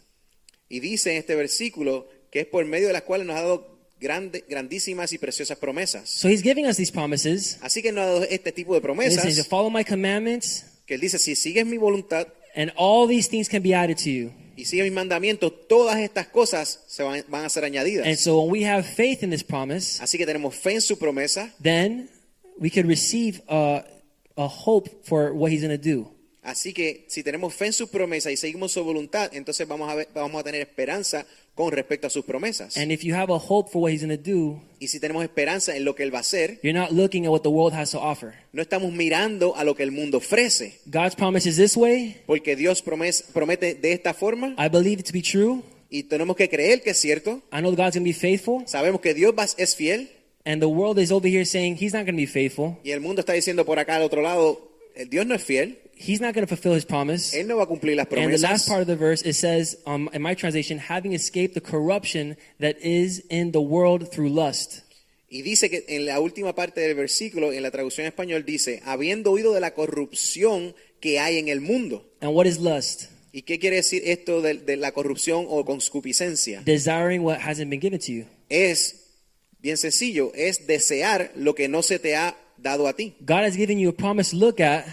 Speaker 1: Y dice en este versículo que es por medio de las cuales nos ha dado grande, grandísimas y preciosas promesas.
Speaker 2: So he's giving us these promises.
Speaker 1: Así que nos ha dado este tipo de
Speaker 2: And It says to
Speaker 1: promesas
Speaker 2: follow my commandments,
Speaker 1: que él dice, si sigues mi voluntad
Speaker 2: and all these things can be added to you.
Speaker 1: y sigues mis mandamientos, todas estas cosas se van, van a ser
Speaker 2: And
Speaker 1: añadidas.
Speaker 2: so when we have faith in this promise,
Speaker 1: Así que tenemos fe en su promesa,
Speaker 2: then we could receive uh, a hope for what he's going to do.
Speaker 1: así que si tenemos fe en su promesa y seguimos su voluntad, entonces vamos a, ver- vamos a tener esperanza con respecto a sus promesas.
Speaker 2: And if you have a hope for what he's going to do,
Speaker 1: Y si tenemos esperanza en lo que él va a hacer,
Speaker 2: you're not looking at what the world has to offer.
Speaker 1: no estamos mirando a lo que el mundo ofrece,
Speaker 2: God's promise is this way.
Speaker 1: porque Dios promes- promete de esta forma
Speaker 2: I believe it to be true.
Speaker 1: y tenemos que creer que es cierto.
Speaker 2: I know God's going to be faithful.
Speaker 1: Sabemos que Dios va- es fiel
Speaker 2: And the world is over here saying he's not going to be faithful.
Speaker 1: y el mundo está diciendo por acá al otro lado, el Dios no es fiel,
Speaker 2: He's not going to fulfill his promise.
Speaker 1: él no va a cumplir las
Speaker 2: And the last
Speaker 1: promesas.
Speaker 2: part of the verse, it says, um, in my translation, having escaped the corruption that is in the world through lust.
Speaker 1: Y dice que en la última parte del versículo, en la traducción en español, dice, habiendo oído de la corrupción que hay en el mundo.
Speaker 2: And what is lust?
Speaker 1: ¿Y qué quiere decir esto de, de la corrupción o conscupiscencia?
Speaker 2: Desiring what hasn't been given to you.
Speaker 1: Es, bien sencillo, es desear lo que no se te ha dado a ti.
Speaker 2: God has given you a promise to look at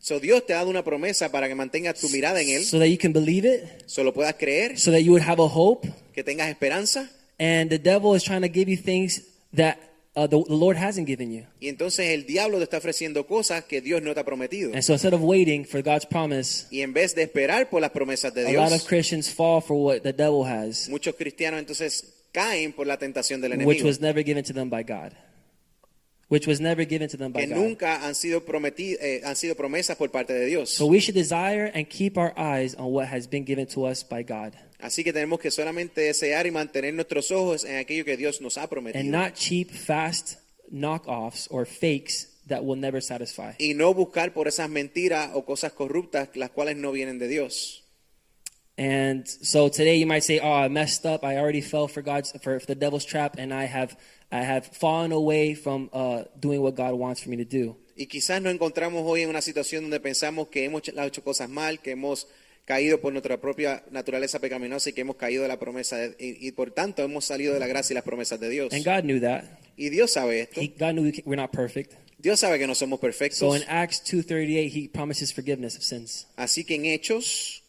Speaker 1: So, Dios te ha dado una promesa para que mantengas tu mirada en Él,
Speaker 2: so that you can believe it,
Speaker 1: solo puedas creer,
Speaker 2: so that you would have a hope.
Speaker 1: que tengas esperanza.
Speaker 2: And the devil is trying to give you things that uh, the, the Lord hasn't given you.
Speaker 1: Y entonces el diablo te está ofreciendo cosas que Dios no te ha prometido.
Speaker 2: And so instead of waiting for God's promise,
Speaker 1: Y en vez de esperar por las promesas de
Speaker 2: a lot of
Speaker 1: Dios,
Speaker 2: Christians fall for what the devil has,
Speaker 1: muchos cristianos entonces caen por la tentación del
Speaker 2: which
Speaker 1: enemigo.
Speaker 2: was never given to them by God. Which was never given to them by
Speaker 1: que
Speaker 2: God.
Speaker 1: nunca han sido prometidas, han sido promesas por parte de Dios.
Speaker 2: So we should desire and keep our eyes on what has been given to us by God
Speaker 1: Así que tenemos que solamente desear y mantener nuestros ojos en aquello que Dios nos ha
Speaker 2: and
Speaker 1: prometido
Speaker 2: not cheap, fast knockoffs or fakes that will never satisfy.
Speaker 1: y no buscar por esas mentiras o cosas corruptas las cuales no vienen de Dios.
Speaker 2: And so today you might say, "Oh, I messed up. I already fell for God's for, for the devil's trap, and I have I have fallen away from uh, doing what God wants for me to do."
Speaker 1: Y quizás nos encontramos hoy en una situación donde pensamos que hemos hecho cosas mal, que hemos caído por nuestra propia naturaleza pecaminosa y que hemos caído de la promesa de- y, y por tanto hemos salido de la gracia y las promesas de Dios.
Speaker 2: And God knew that.
Speaker 1: Y Dios sabe esto.
Speaker 2: He, God knew we, can- we're not perfect.
Speaker 1: Dios sabe que no somos
Speaker 2: So in
Speaker 1: perfectos.
Speaker 2: Acts two thirty eight, He promises forgiveness of sins.
Speaker 1: Así que en Hechos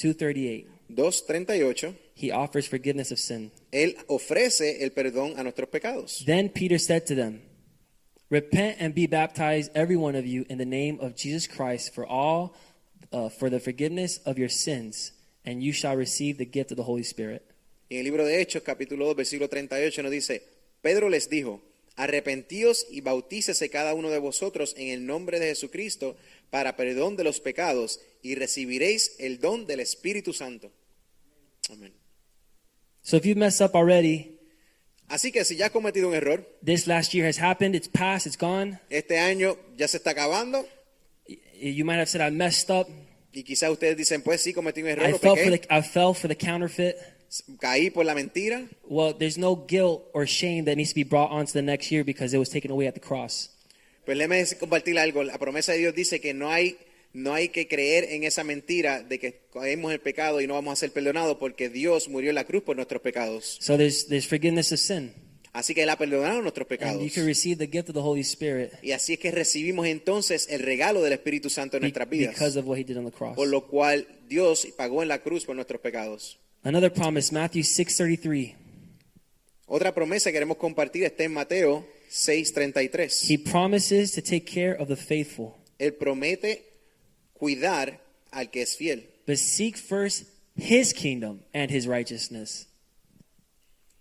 Speaker 2: Two thirty eight,
Speaker 1: 2.38
Speaker 2: He offers forgiveness of sin.
Speaker 1: Él ofrece el perdón a nuestros pecados.
Speaker 2: Then Peter said to them, "Repent and be baptized, every one of you, in the name of Jesus Christ, for all, uh, for the forgiveness of your sins, and you shall receive the gift of the Holy Spirit."
Speaker 1: Y en el libro de Hechos, capítulo 2, versículo 38, nos dice, Pedro les dijo, arrepentíos y bautícese cada uno de vosotros en el nombre de Jesucristo para perdón de los pecados y recibiréis el don del Espíritu Santo. Amén.
Speaker 2: So if you've messed up already,
Speaker 1: Así que si ya has cometido un error,
Speaker 2: this last year has happened, it's past, it's gone.
Speaker 1: este año ya se está acabando
Speaker 2: Y- You might have said, I messed up.
Speaker 1: y quizás ustedes dicen, pues sí, cometí un error,
Speaker 2: I,
Speaker 1: o
Speaker 2: fell for
Speaker 1: pequé,
Speaker 2: the, I fell for the counterfeit.
Speaker 1: caí por la mentira.
Speaker 2: Well, there's no guilt or shame that needs to be brought onto the next year because it was taken away at the cross.
Speaker 1: Pues déjame compartir algo. La promesa de Dios dice que no hay, no hay que creer en esa mentira de que caemos el pecado y no vamos a ser perdonados porque Dios murió en la cruz por nuestros pecados.
Speaker 2: So there's, there's forgiveness of sin.
Speaker 1: Así que Él ha perdonado nuestros
Speaker 2: And you
Speaker 1: pecados.
Speaker 2: can receive the gift of the Holy Spirit
Speaker 1: Y así es que recibimos entonces el regalo del Espíritu Santo en
Speaker 2: be-
Speaker 1: nuestras
Speaker 2: because
Speaker 1: vidas, Oh,
Speaker 2: of what he did on the cross.
Speaker 1: por lo cual Dios pagó en la cruz por nuestros pecados.
Speaker 2: Another promise, Matthew 6.33.
Speaker 1: Otra promesa que queremos compartir está en Mateo 6:33.
Speaker 2: He promises to take care of the faithful.
Speaker 1: Él promete cuidar al que es fiel.
Speaker 2: But seek first his kingdom and his righteousness.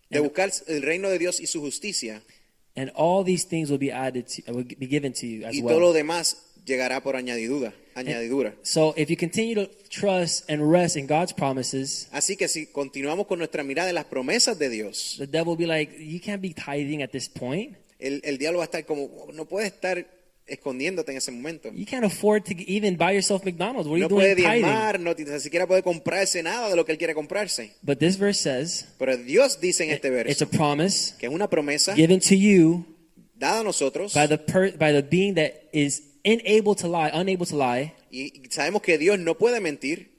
Speaker 1: De buscar el reino de Dios y su justicia.
Speaker 2: And all these things will be added to, will be given to you as
Speaker 1: y todo lo
Speaker 2: well. Eh.
Speaker 1: demás llegará por añadidura, añadidura.
Speaker 2: So if you continue to trust and rest in God's promises,
Speaker 1: Así que si continuamos con nuestra mirada en las promesas de Dios,
Speaker 2: the devil will be like, you can't be tithing at this point.
Speaker 1: el, el diablo va a estar como, no puede estar escondiéndote en ese momento.
Speaker 2: You can't afford to even buy yourself McDonald's. What are you
Speaker 1: No
Speaker 2: doing
Speaker 1: puede
Speaker 2: tithing?
Speaker 1: diezmar, no ti- ni siquiera puede comprarse nada de lo que él quiere comprarse.
Speaker 2: But this verse says,
Speaker 1: Pero Dios dice
Speaker 2: Eh,
Speaker 1: en este
Speaker 2: it's a
Speaker 1: verso
Speaker 2: promise
Speaker 1: que es una promesa
Speaker 2: given to you
Speaker 1: dada a nosotros
Speaker 2: by the per, by the being that is unable to lie, unable to lie.
Speaker 1: y sabemos que Dios no puede mentir,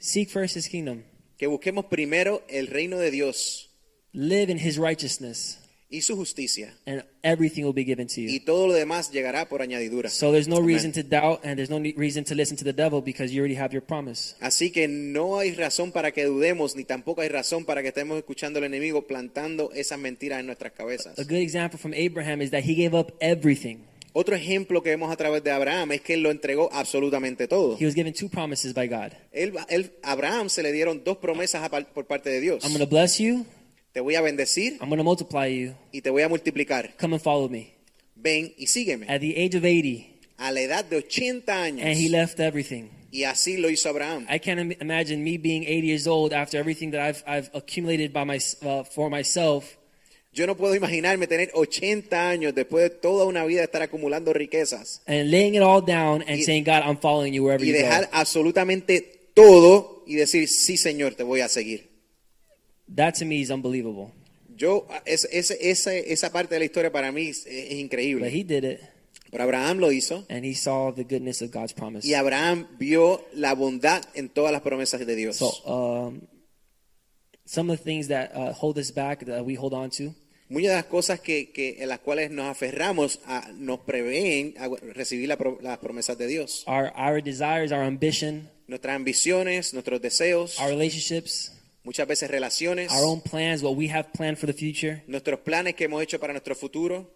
Speaker 2: Seek first his kingdom.
Speaker 1: que busquemos primero el reino de Dios
Speaker 2: Live in his righteousness,
Speaker 1: y su justicia,
Speaker 2: and everything will be given to
Speaker 1: y
Speaker 2: you.
Speaker 1: todo lo demás llegará por añadidura.
Speaker 2: So there's no
Speaker 1: Amen.
Speaker 2: reason to doubt, and there's no ne- reason to listen to the devil because you already have your promise.
Speaker 1: Así que no hay razón para que dudemos, ni tampoco hay razón para que estemos escuchando al enemigo plantando esas mentiras en nuestras cabezas.
Speaker 2: A good example from Abraham is that he gave up everything.
Speaker 1: Otro ejemplo que vemos a través de Abraham es que él lo entregó absolutamente todo.
Speaker 2: He was given two promises by God.
Speaker 1: Él, él- Abraham se le dieron dos promesas a par- por parte de Dios.
Speaker 2: I'm going to bless you.
Speaker 1: Te voy a bendecir
Speaker 2: I'm going to multiply you.
Speaker 1: y te voy a multiplicar.
Speaker 2: Come and follow me.
Speaker 1: Ven y sígueme.
Speaker 2: At the age of 80,
Speaker 1: A la edad de 80
Speaker 2: and he
Speaker 1: años.
Speaker 2: left everything.
Speaker 1: Y así lo hizo Abraham.
Speaker 2: I can't im- imagine me being 80 years old after everything that I've, I've accumulated by my, uh, for myself
Speaker 1: Yo no puedo imaginarme tener 80 años después de toda una vida de estar acumulando riquezas
Speaker 2: and laying it all down and
Speaker 1: Y-
Speaker 2: saying, God, I'm following you wherever
Speaker 1: y
Speaker 2: you
Speaker 1: dejar
Speaker 2: go.
Speaker 1: absolutamente todo y decir, sí Señor, te voy a seguir.
Speaker 2: That to me is unbelievable.
Speaker 1: Yo, es- es- esa, esa parte de la historia para mí es, es
Speaker 2: But
Speaker 1: increíble.
Speaker 2: he did it,
Speaker 1: Pero Abraham lo hizo
Speaker 2: and he saw the goodness of God's promise.
Speaker 1: y Abraham vio la bondad en todas las promesas de Dios.
Speaker 2: So, um, some of the things that uh, hold us back, that we hold on to,
Speaker 1: Muchas de las cosas que, que- en las cuales nos aferramos a- nos prevén a recibir la pro- las promesas de Dios.
Speaker 2: are our desires, our ambition,
Speaker 1: Nuestras ambiciones, nuestros deseos,
Speaker 2: our relationships,
Speaker 1: muchas veces relaciones,
Speaker 2: our own plans, what we have planned for the future.
Speaker 1: nuestros planes que hemos hecho para nuestro futuro.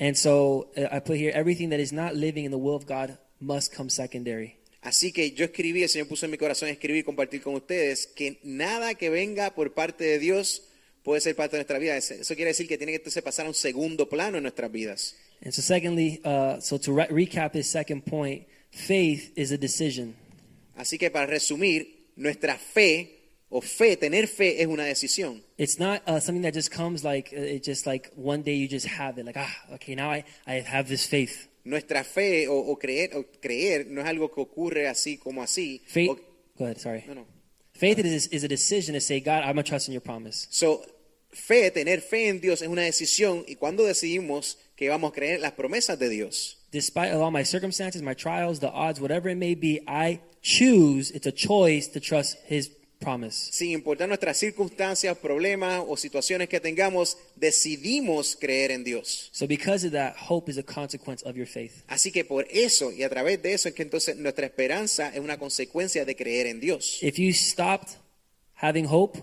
Speaker 2: And so uh, I put here everything that is not living in the will of God must come secondary.
Speaker 1: Así que yo escribí, el Señor puso en mi corazón escribir, compartir con ustedes, que nada que venga por parte de Dios puede ser parte de nuestra vida. Eso eso quiere decir que tiene que entonces pasar a un segundo plano en nuestras vidas.
Speaker 2: And so, secondly, uh, so to re- recap his second point, faith is a decision.
Speaker 1: Así que para resumir, nuestra fe o fe, tener fe es una decisión.
Speaker 2: It's not uh, something that just comes like uh, it just like one day you just have it, like ah, okay, now I, I have this faith.
Speaker 1: Nuestra fe o, o creer, o creer no es algo que ocurre así como así.
Speaker 2: Faith.
Speaker 1: O-
Speaker 2: go ahead. Sorry.
Speaker 1: no, no.
Speaker 2: Faith is is a decision to say, God, I'm gonna trust in your promise.
Speaker 1: So, fe, tener fe en Dios es una decisión y cuando decidimos que vamos a creer en las promesas de Dios.
Speaker 2: Despite of all my circumstances, my trials, the odds, whatever it may be, I choose. It's a choice to trust His promise.
Speaker 1: Sin importar nuestras circunstancias, problemas o situaciones que tengamos, decidimos creer en Dios.
Speaker 2: So because of that, hope is a consequence of your faith.
Speaker 1: Así que por eso y a través de eso es que entonces nuestra esperanza es una consecuencia de creer en Dios.
Speaker 2: If you stopped having hope,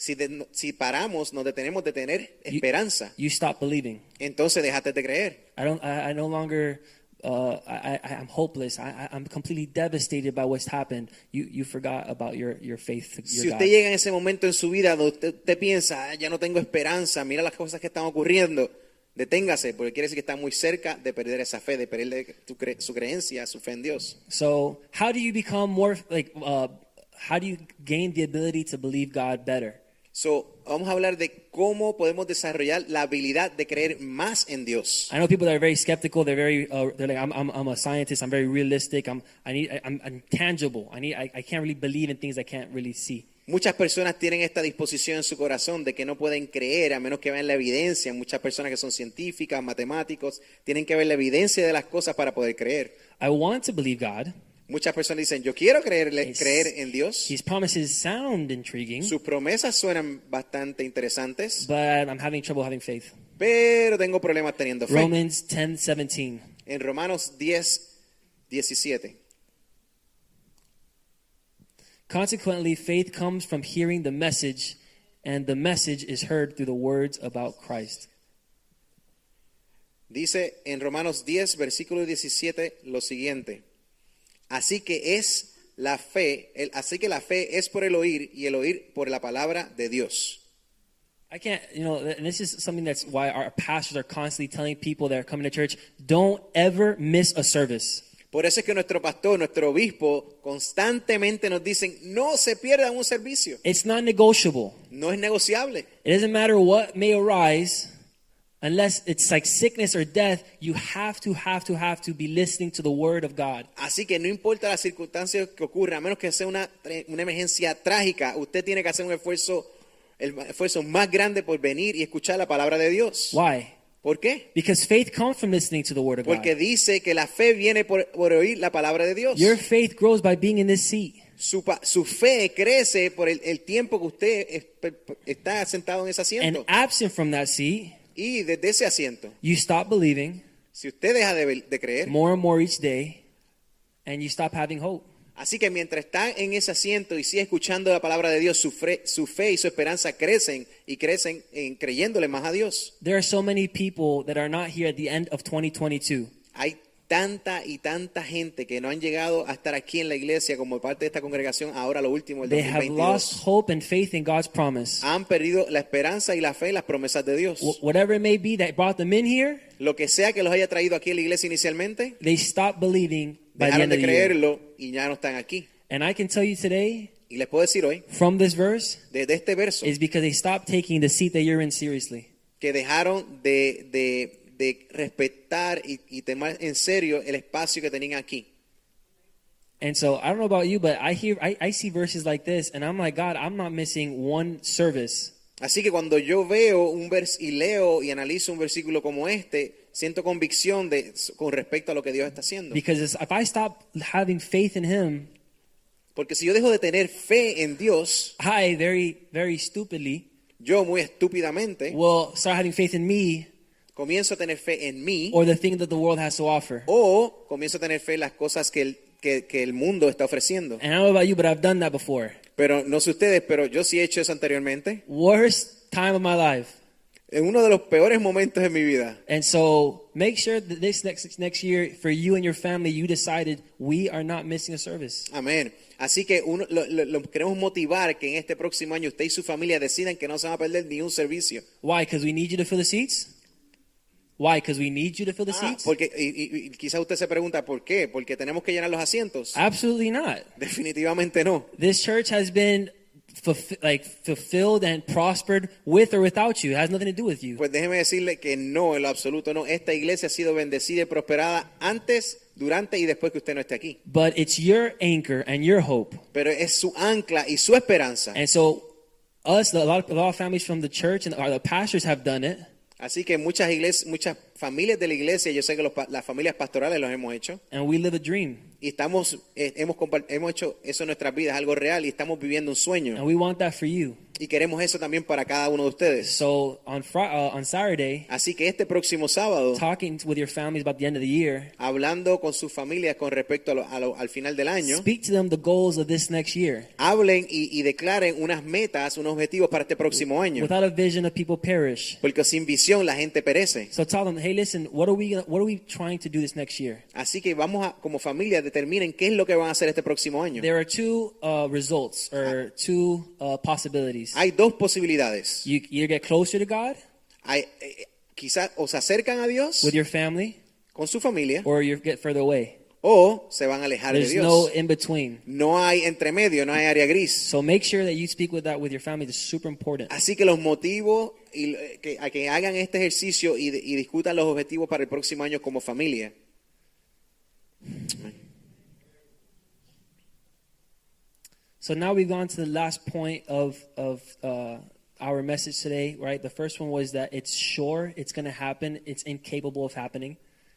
Speaker 1: Si, de- si paramos, nos detenemos de tener
Speaker 2: you,
Speaker 1: esperanza,
Speaker 2: you stop believing.
Speaker 1: entonces dejaste de creer.
Speaker 2: I don't. I, I no longer. Uh, I, I, I'm hopeless. I, I, I'm completely devastated by what's happened. You you forgot about your your faith. to
Speaker 1: Si
Speaker 2: Your
Speaker 1: usted
Speaker 2: God.
Speaker 1: llega en ese momento en su vida donde usted, usted piensa, "Ah, ya no tengo esperanza, mira las cosas que están ocurriendo, deténgase, porque quiere decir que está muy cerca de perder esa fe, de perder tu cre- su creencia, su fe en Dios.
Speaker 2: So how do you become more like? Uh, how do you gain the ability to believe God better?
Speaker 1: So, vamos a hablar de cómo podemos desarrollar la habilidad de creer más en Dios.
Speaker 2: I know people that are very skeptical. They're very. Uh, they're like, I'm, I'm. I'm a scientist. I'm very realistic. I'm. I need. I, I'm, I'm tangible. I need. I, I can't really believe in things I can't really see.
Speaker 1: Muchas personas tienen esta disposición en su corazón de que no pueden creer a menos que vean la evidencia. Muchas personas que son científicas, matemáticos, tienen que ver la evidencia de las cosas para poder creer.
Speaker 2: I want to believe God.
Speaker 1: Muchas personas dicen, yo quiero creerle-
Speaker 2: His-
Speaker 1: creer en Dios.
Speaker 2: His promises sound intriguing,
Speaker 1: Sus promesas suenan bastante interesantes,
Speaker 2: but I'm having trouble having faith.
Speaker 1: pero tengo problemas teniendo fe.
Speaker 2: Romans 10 17.
Speaker 1: En Romanos 10, 17.
Speaker 2: Consequently, faith comes from hearing the message, and the message is heard through the words about Christ.
Speaker 1: Dice en Romanos 10, versículo 17, lo siguiente. Así que es la fe, el- así que la fe es por el oír y el oír por la palabra de Dios.
Speaker 2: I can't, you know, and this is something that's why our pastors are constantly telling people that are coming to church don't ever miss a service.
Speaker 1: Por eso es que nuestro pastor, nuestro obispo, constantemente nos dicen, no se pierdan un servicio,
Speaker 2: It's not negotiable.
Speaker 1: no es negociable.
Speaker 2: It doesn't matter what may arise, unless it's like sickness or death, you have to, have to, have to be listening to the word of God.
Speaker 1: Así que no importa las circunstancias que ocurran, a menos que sea una, tre- una emergencia trágica, usted tiene que hacer un esfuerzo, el ma- esfuerzo más grande por venir y escuchar la palabra de Dios.
Speaker 2: Why?
Speaker 1: ¿Por qué?
Speaker 2: Because faith comes from listening to the word of God.
Speaker 1: Porque dice que la fe viene por, por oír la palabra de Dios.
Speaker 2: Your faith grows by being in this seat.
Speaker 1: Su, pa- su fe crece por el, el tiempo que usted es- pe- pe- está sentado en ese
Speaker 2: And
Speaker 1: asiento.
Speaker 2: absent from that seat,
Speaker 1: Y desde ese asiento,
Speaker 2: you stop believing
Speaker 1: si usted deja de, bel- de creer,
Speaker 2: more and more each day, and you stop having hope.
Speaker 1: así que mientras está en ese asiento y sigue escuchando la palabra de Dios, su, fre- su fe y su esperanza crecen y crecen en creyéndole más a Dios.
Speaker 2: There are so many people that are not here at the end of 2022.
Speaker 1: Hay tanta y tanta gente que no han llegado a estar aquí en la iglesia como parte de esta congregación ahora lo último, el
Speaker 2: They have
Speaker 1: 2022.
Speaker 2: lost hope and faith in God's promise.
Speaker 1: Han perdido la esperanza y la fe en las promesas de Dios.
Speaker 2: Wh- Whatever it may be that brought them in here,
Speaker 1: Lo que sea que los haya traído aquí a la iglesia inicialmente,
Speaker 2: they stop believing by the
Speaker 1: dejaron
Speaker 2: end of
Speaker 1: de
Speaker 2: the year.
Speaker 1: creerlo y ya no están aquí.
Speaker 2: And I can tell you today,
Speaker 1: Y les puedo decir hoy,
Speaker 2: from this verse,
Speaker 1: desde este verso,
Speaker 2: is because they stopped taking the seat that you're in seriously.
Speaker 1: que dejaron de, de- de respetar y, y tomar en serio el espacio que tenían aquí.
Speaker 2: And so I don't know about you, but I hear I, I see verses like this, and I'm like, God, I'm not missing one service.
Speaker 1: Así que cuando yo veo un vers y leo y analizo un versículo como este, siento convicción de, con respecto a lo que Dios está haciendo.
Speaker 2: Because it's- if I stop having faith in him,
Speaker 1: Porque si yo dejo de tener fe en Dios,
Speaker 2: I very, very stupidly
Speaker 1: yo muy estúpidamente
Speaker 2: will start having faith in me
Speaker 1: comienzo a tener fe en mí
Speaker 2: or the thing that the world has to offer.
Speaker 1: o comienzo a tener fe en las cosas que el, que- que el mundo está ofreciendo.
Speaker 2: And I don't know about you, but I've done that before.
Speaker 1: Pero no sé ustedes, pero yo sí he hecho eso anteriormente.
Speaker 2: Worst time of my life.
Speaker 1: En uno de los peores momentos de mi vida.
Speaker 2: And so make sure that this next next year for you and your family, you decided we are not missing a service.
Speaker 1: Amén. Así que uno, lo, lo- lo queremos motivar que en este próximo año usted y su familia decidan que no se van a perder ni un servicio.
Speaker 2: Why? Because we need you to fill the seats. Why? Because we need you to fill the
Speaker 1: Ah,
Speaker 2: seats.
Speaker 1: porque y, y- y quizás usted se pregunta por qué, porque tenemos que llenar los asientos.
Speaker 2: Ah. Absolutely not.
Speaker 1: Definitivamente no.
Speaker 2: This church has been fulf- like fulfilled and prospered with or without you. It has nothing to do with you.
Speaker 1: Pues déjeme decirle que no, en lo absoluto no. Esta iglesia ha sido bendecida y prosperada antes, durante y después que usted no esté aquí.
Speaker 2: But it's your anchor and your hope.
Speaker 1: Pero es su ancla y su esperanza.
Speaker 2: And so, us, a lot, of, a lot of families from the church and our, the pastors have done it.
Speaker 1: Así que muchas iglesias, muchas familias de la iglesia, yo sé que los pa- las familias pastorales los hemos hecho
Speaker 2: And we live a dream.
Speaker 1: y estamos, eh, hemos, compar- hemos hecho eso en nuestras vidas, algo real y estamos viviendo
Speaker 2: And
Speaker 1: un sueño
Speaker 2: we want that for you.
Speaker 1: y queremos eso también para cada uno de ustedes.
Speaker 2: So, on, Fri uh, on Saturday,
Speaker 1: Así que este próximo sábado,
Speaker 2: talking with your families about the end of the year,
Speaker 1: hablando con sus familias con respecto a lo- a lo- al final del año,
Speaker 2: speak to them the goals of this next year
Speaker 1: hablen y, y declaren unas metas, unos objetivos para este próximo año.
Speaker 2: without a vision of people perish.
Speaker 1: Porque sin visión la gente perece.
Speaker 2: So tell them, hey, listen, what are we gonna, what are we trying to do this next year?
Speaker 1: Así que vamos a, como familia, determinen qué es lo que van a hacer este próximo año.
Speaker 2: There are two uh, results or two uh, possibilities.
Speaker 1: Hay dos posibilidades.
Speaker 2: You either get closer to God
Speaker 1: Hay, eh, quizás o se acercan a Dios
Speaker 2: with your family,
Speaker 1: con su familia
Speaker 2: or you get further away.
Speaker 1: o se van a alejar de
Speaker 2: There's no
Speaker 1: Dios.
Speaker 2: in between.
Speaker 1: No hay entremedio, no hay área gris.
Speaker 2: So make sure that you speak with that with your family. It's super important.
Speaker 1: Así que los motivos y, eh, que, a que hagan este ejercicio y, de- y discutan los objetivos para el próximo año como familia.
Speaker 2: So now we've gone to the last point of of uh, our message today. Right, the first one was that it's sure, it's going to happen, it's incapable of happening.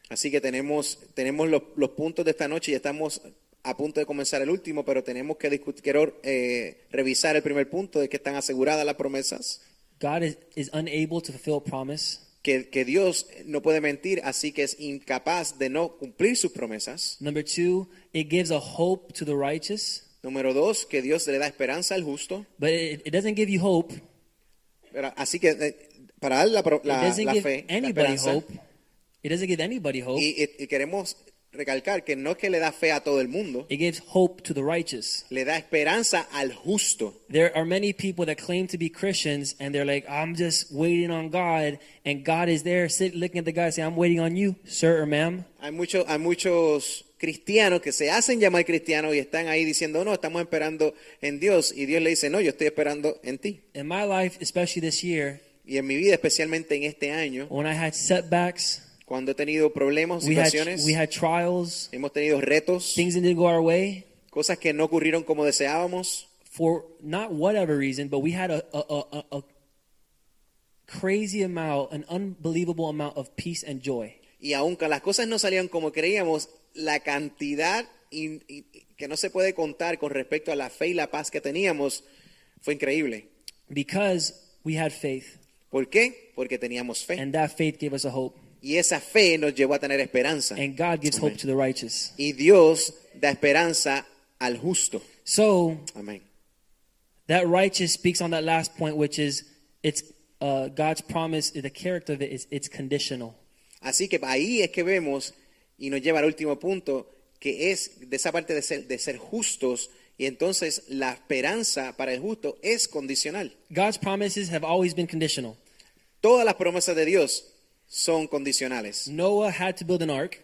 Speaker 1: Así que tenemos, tenemos los, los puntos de esta noche y estamos a punto de comenzar el último, pero tenemos que discutir, quiero eh, revisar el primer punto de que están aseguradas las promesas,
Speaker 2: God is, is unable to fulfill promise.
Speaker 1: que, que Dios no puede mentir, así que es incapaz de no cumplir sus promesas.
Speaker 2: Number two, it gives a hope to the righteous,
Speaker 1: Número dos, que Dios le da esperanza al justo.
Speaker 2: but it, it doesn't give you hope.
Speaker 1: Pero, así que eh, para dar la, pro-
Speaker 2: it
Speaker 1: la,
Speaker 2: doesn't
Speaker 1: la
Speaker 2: give
Speaker 1: fe, la
Speaker 2: anybody
Speaker 1: esperanza,
Speaker 2: hope. It doesn't give anybody hope.
Speaker 1: y, y- y queremos recalcar que no es que le da fe a todo el mundo,
Speaker 2: it gives hope to the righteous.
Speaker 1: le da esperanza al justo.
Speaker 2: There are many people that claim to be Christians and they're like, I'm just waiting on God, and God is there, sit looking at the guy, saying, I'm waiting on you, sir or ma'am.
Speaker 1: Hay, mucho- hay muchos cristianos que se hacen llamar cristianos y están ahí diciendo, no, estamos esperando en Dios. Y Dios le dice, no, yo estoy esperando en ti.
Speaker 2: In my life, especially this year,
Speaker 1: Y en mi vida, especialmente en este año,
Speaker 2: when I had setbacks,
Speaker 1: cuando he tenido problemas,
Speaker 2: we had
Speaker 1: situaciones,
Speaker 2: we had trials,
Speaker 1: hemos tenido retos,
Speaker 2: things that didn't go our way
Speaker 1: cosas que no ocurrieron como deseábamos,
Speaker 2: for not whatever reason, but we had a a, a, a, a crazy amount, an unbelievable amount of peace and joy.
Speaker 1: y aunque las cosas no salieron como creíamos, la cantidad in- in- que no se puede contar con respecto a la fe y la paz que teníamos fue increíble.
Speaker 2: because we had faith,
Speaker 1: ¿Por qué? Porque teníamos fe.
Speaker 2: and that faith gave us a hope.
Speaker 1: Y esa fe nos llevó a tener esperanza.
Speaker 2: And God gives hope
Speaker 1: Amén.
Speaker 2: to the righteous.
Speaker 1: Y Dios da esperanza al justo.
Speaker 2: So
Speaker 1: Amén.
Speaker 2: that righteous speaks on that last point, which is it's uh, God's promise. The character of it is it's conditional.
Speaker 1: Así que ahí es que vemos y nos lleva al último punto, que es de esa parte de ser, de ser justos. Y entonces la esperanza para el justo es condicional.
Speaker 2: God's promises have always been conditional.
Speaker 1: Todas las promesas de Dios son condicionales.
Speaker 2: Noah had to build an ark.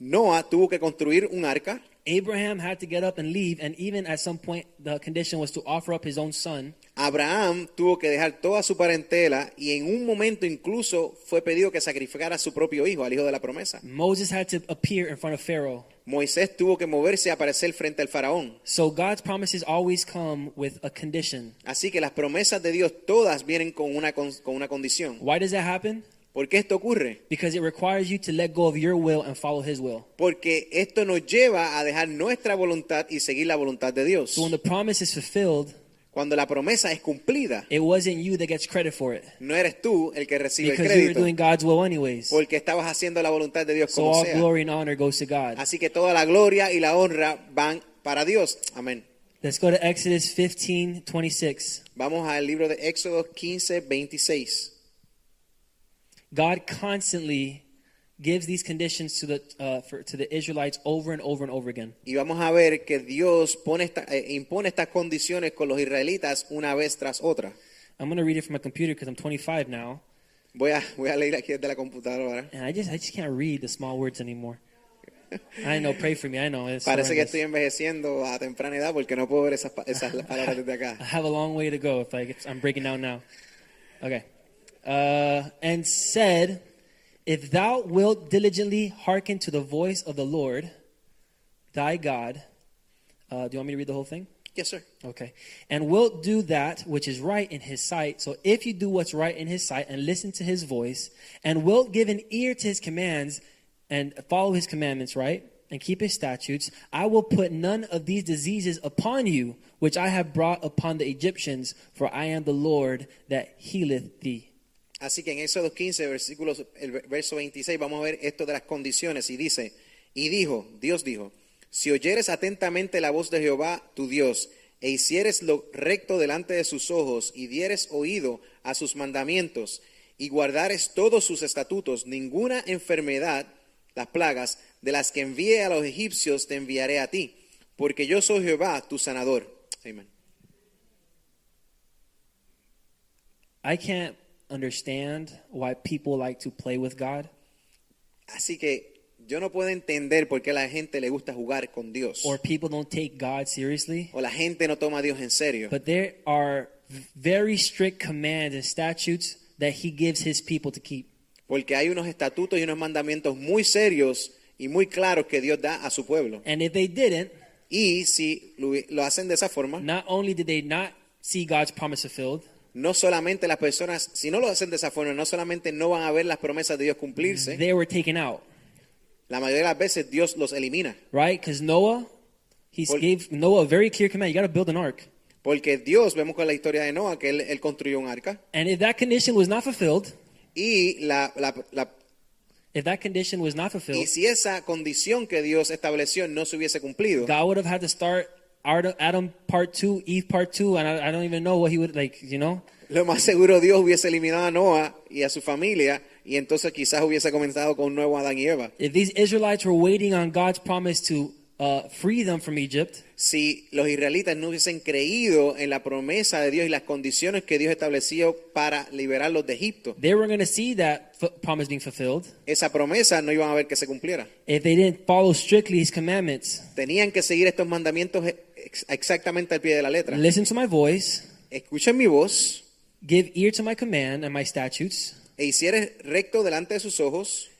Speaker 1: Noah tuvo que construir un arca.
Speaker 2: Abraham had to get up and leave, and even at some point, the condition was to offer up his own son.
Speaker 1: Abraham tuvo que dejar toda su parentela y en un momento incluso fue pedido que sacrificara a su propio hijo, al hijo de la promesa.
Speaker 2: Moses had to appear in front of Pharaoh.
Speaker 1: Moisés tuvo que moverse a aparecer frente al faraón.
Speaker 2: So God's promises always come with a condition.
Speaker 1: Así que las promesas de Dios todas vienen con una, con, con una condición.
Speaker 2: Why does that happen?
Speaker 1: ¿Por qué esto ocurre?
Speaker 2: Because it requires you to let go of your will and follow His will.
Speaker 1: Porque esto nos lleva a dejar nuestra voluntad y seguir la voluntad de Dios.
Speaker 2: So when the promise is fulfilled,
Speaker 1: Cuando la promesa es cumplida,
Speaker 2: it wasn't you that gets credit for it
Speaker 1: no eres tú el que recibe el
Speaker 2: because you were
Speaker 1: crédito,
Speaker 2: doing God's will anyways.
Speaker 1: porque estabas haciendo la voluntad de Dios
Speaker 2: So
Speaker 1: como
Speaker 2: all
Speaker 1: sea.
Speaker 2: glory and honor goes to God.
Speaker 1: Así que toda la gloria y la honra van para Dios. Amén.
Speaker 2: Let's go to Exodus 15, 26.
Speaker 1: Vamos al libro de Éxodo 15, 26.
Speaker 2: God constantly gives these conditions to the uh, for, to the Israelites over and over and over again.
Speaker 1: Y vamos a ver que Dios pone esta- eh, impone estas condiciones con los israelitas una vez tras otra.
Speaker 2: I'm gonna read it from my computer because I'm 25 now,
Speaker 1: Voy a, voy a leer aquí desde la computadora.
Speaker 2: and I just I just can't read the small words anymore. I know. Pray for me. I know. It's
Speaker 1: Parece que
Speaker 2: horrendous.
Speaker 1: estoy envejeciendo a temprana edad porque no puedo ver esas, pa- esas palabras desde acá.
Speaker 2: I have a long way to go if I get, I'm breaking down now. Okay. Uh, and said, If thou wilt diligently hearken to the voice of the Lord thy God. Uh, do you want me to read the whole thing?
Speaker 1: Yes, sir.
Speaker 2: Okay. And wilt do that which is right in his sight. So if you do what's right in his sight and listen to his voice, and wilt give an ear to his commands and follow his commandments, right? And keep his statutes, I will put none of these diseases upon you, which I have brought upon the Egyptians, for I am the Lord that healeth thee.
Speaker 1: Así que en Éxodo 15, versículos, el ver- verso 26, vamos a ver esto de las condiciones. Y dice, y dijo, Dios dijo, si oyeres atentamente la voz de Jehová, tu Dios, e hicieres lo recto delante de sus ojos, y dieres oído a sus mandamientos, y guardares todos sus estatutos, ninguna enfermedad, las plagas, de las que envié a los egipcios, te enviaré a ti, porque yo soy Jehová, tu sanador. Amén.
Speaker 2: I can't understand why people like to play with God
Speaker 1: Así que yo no puedo entender por qué a la gente le gusta jugar con Dios.
Speaker 2: or people don't take God seriously.
Speaker 1: o la gente no toma a Dios en serio.
Speaker 2: But there are v- very strict commands and statutes that he gives his people to keep.
Speaker 1: Porque hay unos estatutos y unos mandamientos muy serios y muy claros que Dios da a su pueblo.
Speaker 2: And if they didn't,
Speaker 1: Y si lo, lo hacen de esa forma,
Speaker 2: not only did they not see God's promise fulfilled,
Speaker 1: no solamente las personas, si no lo hacen de esa forma, no solamente no van a ver las promesas de Dios cumplirse,
Speaker 2: they were taken out,
Speaker 1: la mayoría de las veces Dios los elimina.
Speaker 2: right? Because Noah, he
Speaker 1: Well-
Speaker 2: gave Noah a very clear command: you got to build an ark.
Speaker 1: Porque Dios, vemos con la historia de Noah, que él, él construyó un arca.
Speaker 2: And if that condition was not fulfilled,
Speaker 1: Y, la, la- la-
Speaker 2: if that condition was not
Speaker 1: y
Speaker 2: fulfilled,
Speaker 1: si esa condición que Dios estableció no se hubiese cumplido,
Speaker 2: God would have had to start Adam Adam part two, Eve part two, and I, I don't even know what he would like. You know,
Speaker 1: Lo más seguro Dios hubiese eliminado a Noah y a su familia y entonces quizás hubiese comenzado con un nuevo Adán y Eva.
Speaker 2: if these Israelites were waiting on God's promise to uh, free them from Egypt.
Speaker 1: Si los israelitas no hubiesen creído en la promesa de Dios y las condiciones que Dios estableció para liberarlos de Egipto,
Speaker 2: they were going to see that f- promise being fulfilled
Speaker 1: esa promesa no iban a ver que se cumpliera.
Speaker 2: if they didn't follow strictly his commandments.
Speaker 1: Tenían que seguir estos mandamientos e-, ex- exactamente al pie de la letra.
Speaker 2: Listen to my voice,
Speaker 1: Escuchen mi voz
Speaker 2: give ear to my command and my statutes,
Speaker 1: e hicieres recto delante de sus ojos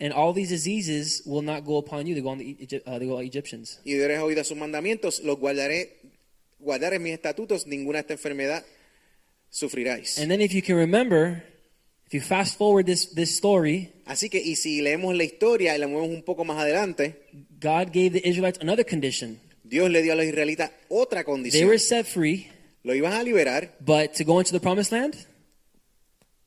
Speaker 2: and all these diseases will not go upon you. They go on the Egypt, uh, they go on Egyptians.
Speaker 1: y dieres oído a sus mandamientos, los guardaré, guardaré mis estatutos, ninguna de esta enfermedad sufriráis.
Speaker 2: And then, if you can remember, if If you fast forward this, this story,
Speaker 1: Así que, y si leemos la historia y la movemos un poco más adelante,
Speaker 2: God gave the Israelites another condition.
Speaker 1: Dios le dio a los israelitas otra
Speaker 2: They
Speaker 1: condición.
Speaker 2: were set free,
Speaker 1: Lo iban a liberar
Speaker 2: but to go into the promised land,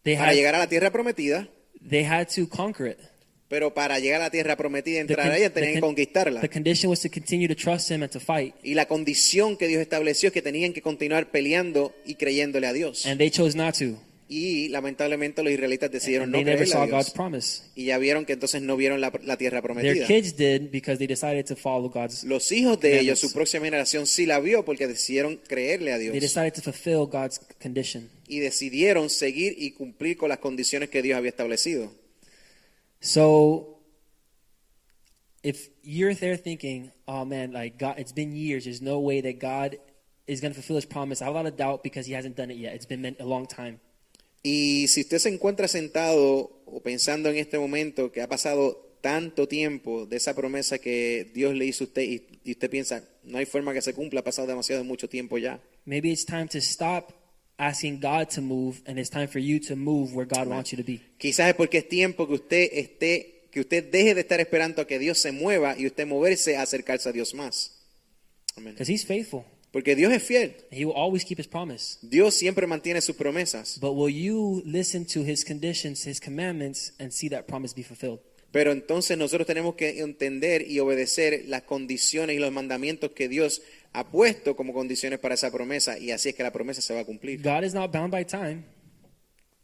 Speaker 2: they
Speaker 1: para
Speaker 2: had,
Speaker 1: llegar a la tierra prometida,
Speaker 2: they had to conquer it.
Speaker 1: pero para llegar a la tierra prometida,
Speaker 2: The
Speaker 1: entrar
Speaker 2: con-
Speaker 1: a ella, tenían
Speaker 2: the
Speaker 1: que
Speaker 2: con-
Speaker 1: conquistarla.
Speaker 2: the condition was to continue to trust Him and to fight.
Speaker 1: Y la condición que Dios estableció es que tenían que continuar peleando y creyéndole a Dios.
Speaker 2: And they chose not to.
Speaker 1: Y lamentablemente los israelitas decidieron
Speaker 2: And
Speaker 1: no
Speaker 2: they never
Speaker 1: creerle
Speaker 2: saw
Speaker 1: a
Speaker 2: God's
Speaker 1: Dios.
Speaker 2: promise.
Speaker 1: Y ya vieron que entonces no vieron la, la
Speaker 2: Their
Speaker 1: tierra prometida.
Speaker 2: kids did because they decided to follow God's.
Speaker 1: Los hijos de
Speaker 2: Commandments.
Speaker 1: ellos, su próxima generación, sí la vio porque decidieron creerle a
Speaker 2: They
Speaker 1: Dios.
Speaker 2: decided to fulfill God's condition.
Speaker 1: Y decidieron seguir y cumplir con las condiciones que Dios había establecido.
Speaker 2: So, if you're there thinking, "Oh man, like God, it's been years. There's no way that God is going to fulfill His promise," I have a lot of doubt because He hasn't done it yet. It's been meant a long time.
Speaker 1: Y si usted se encuentra sentado o pensando en este momento que ha pasado tanto tiempo de esa promesa que Dios le hizo a usted y, y usted piensa, no hay forma que se cumpla, ha pasado demasiado mucho tiempo ya.
Speaker 2: Maybe it's time to stop asking God to move, and it's time for you to move where God wants you to be.
Speaker 1: Quizás es porque es tiempo que usted esté, que usted deje de estar esperando a que Dios se mueva y usted moverse a acercarse a Dios más. Amén.
Speaker 2: Because He's faithful.
Speaker 1: Porque Dios es fiel.
Speaker 2: and He will always keep His promise.
Speaker 1: Dios siempre mantiene sus promesas.
Speaker 2: But will you listen to His conditions, His commandments, and see that promise be fulfilled?
Speaker 1: Pero entonces nosotros tenemos que entender y obedecer las condiciones y los mandamientos que Dios ha puesto como condiciones para esa promesa y así es que la promesa se va a cumplir.
Speaker 2: God is not bound by time.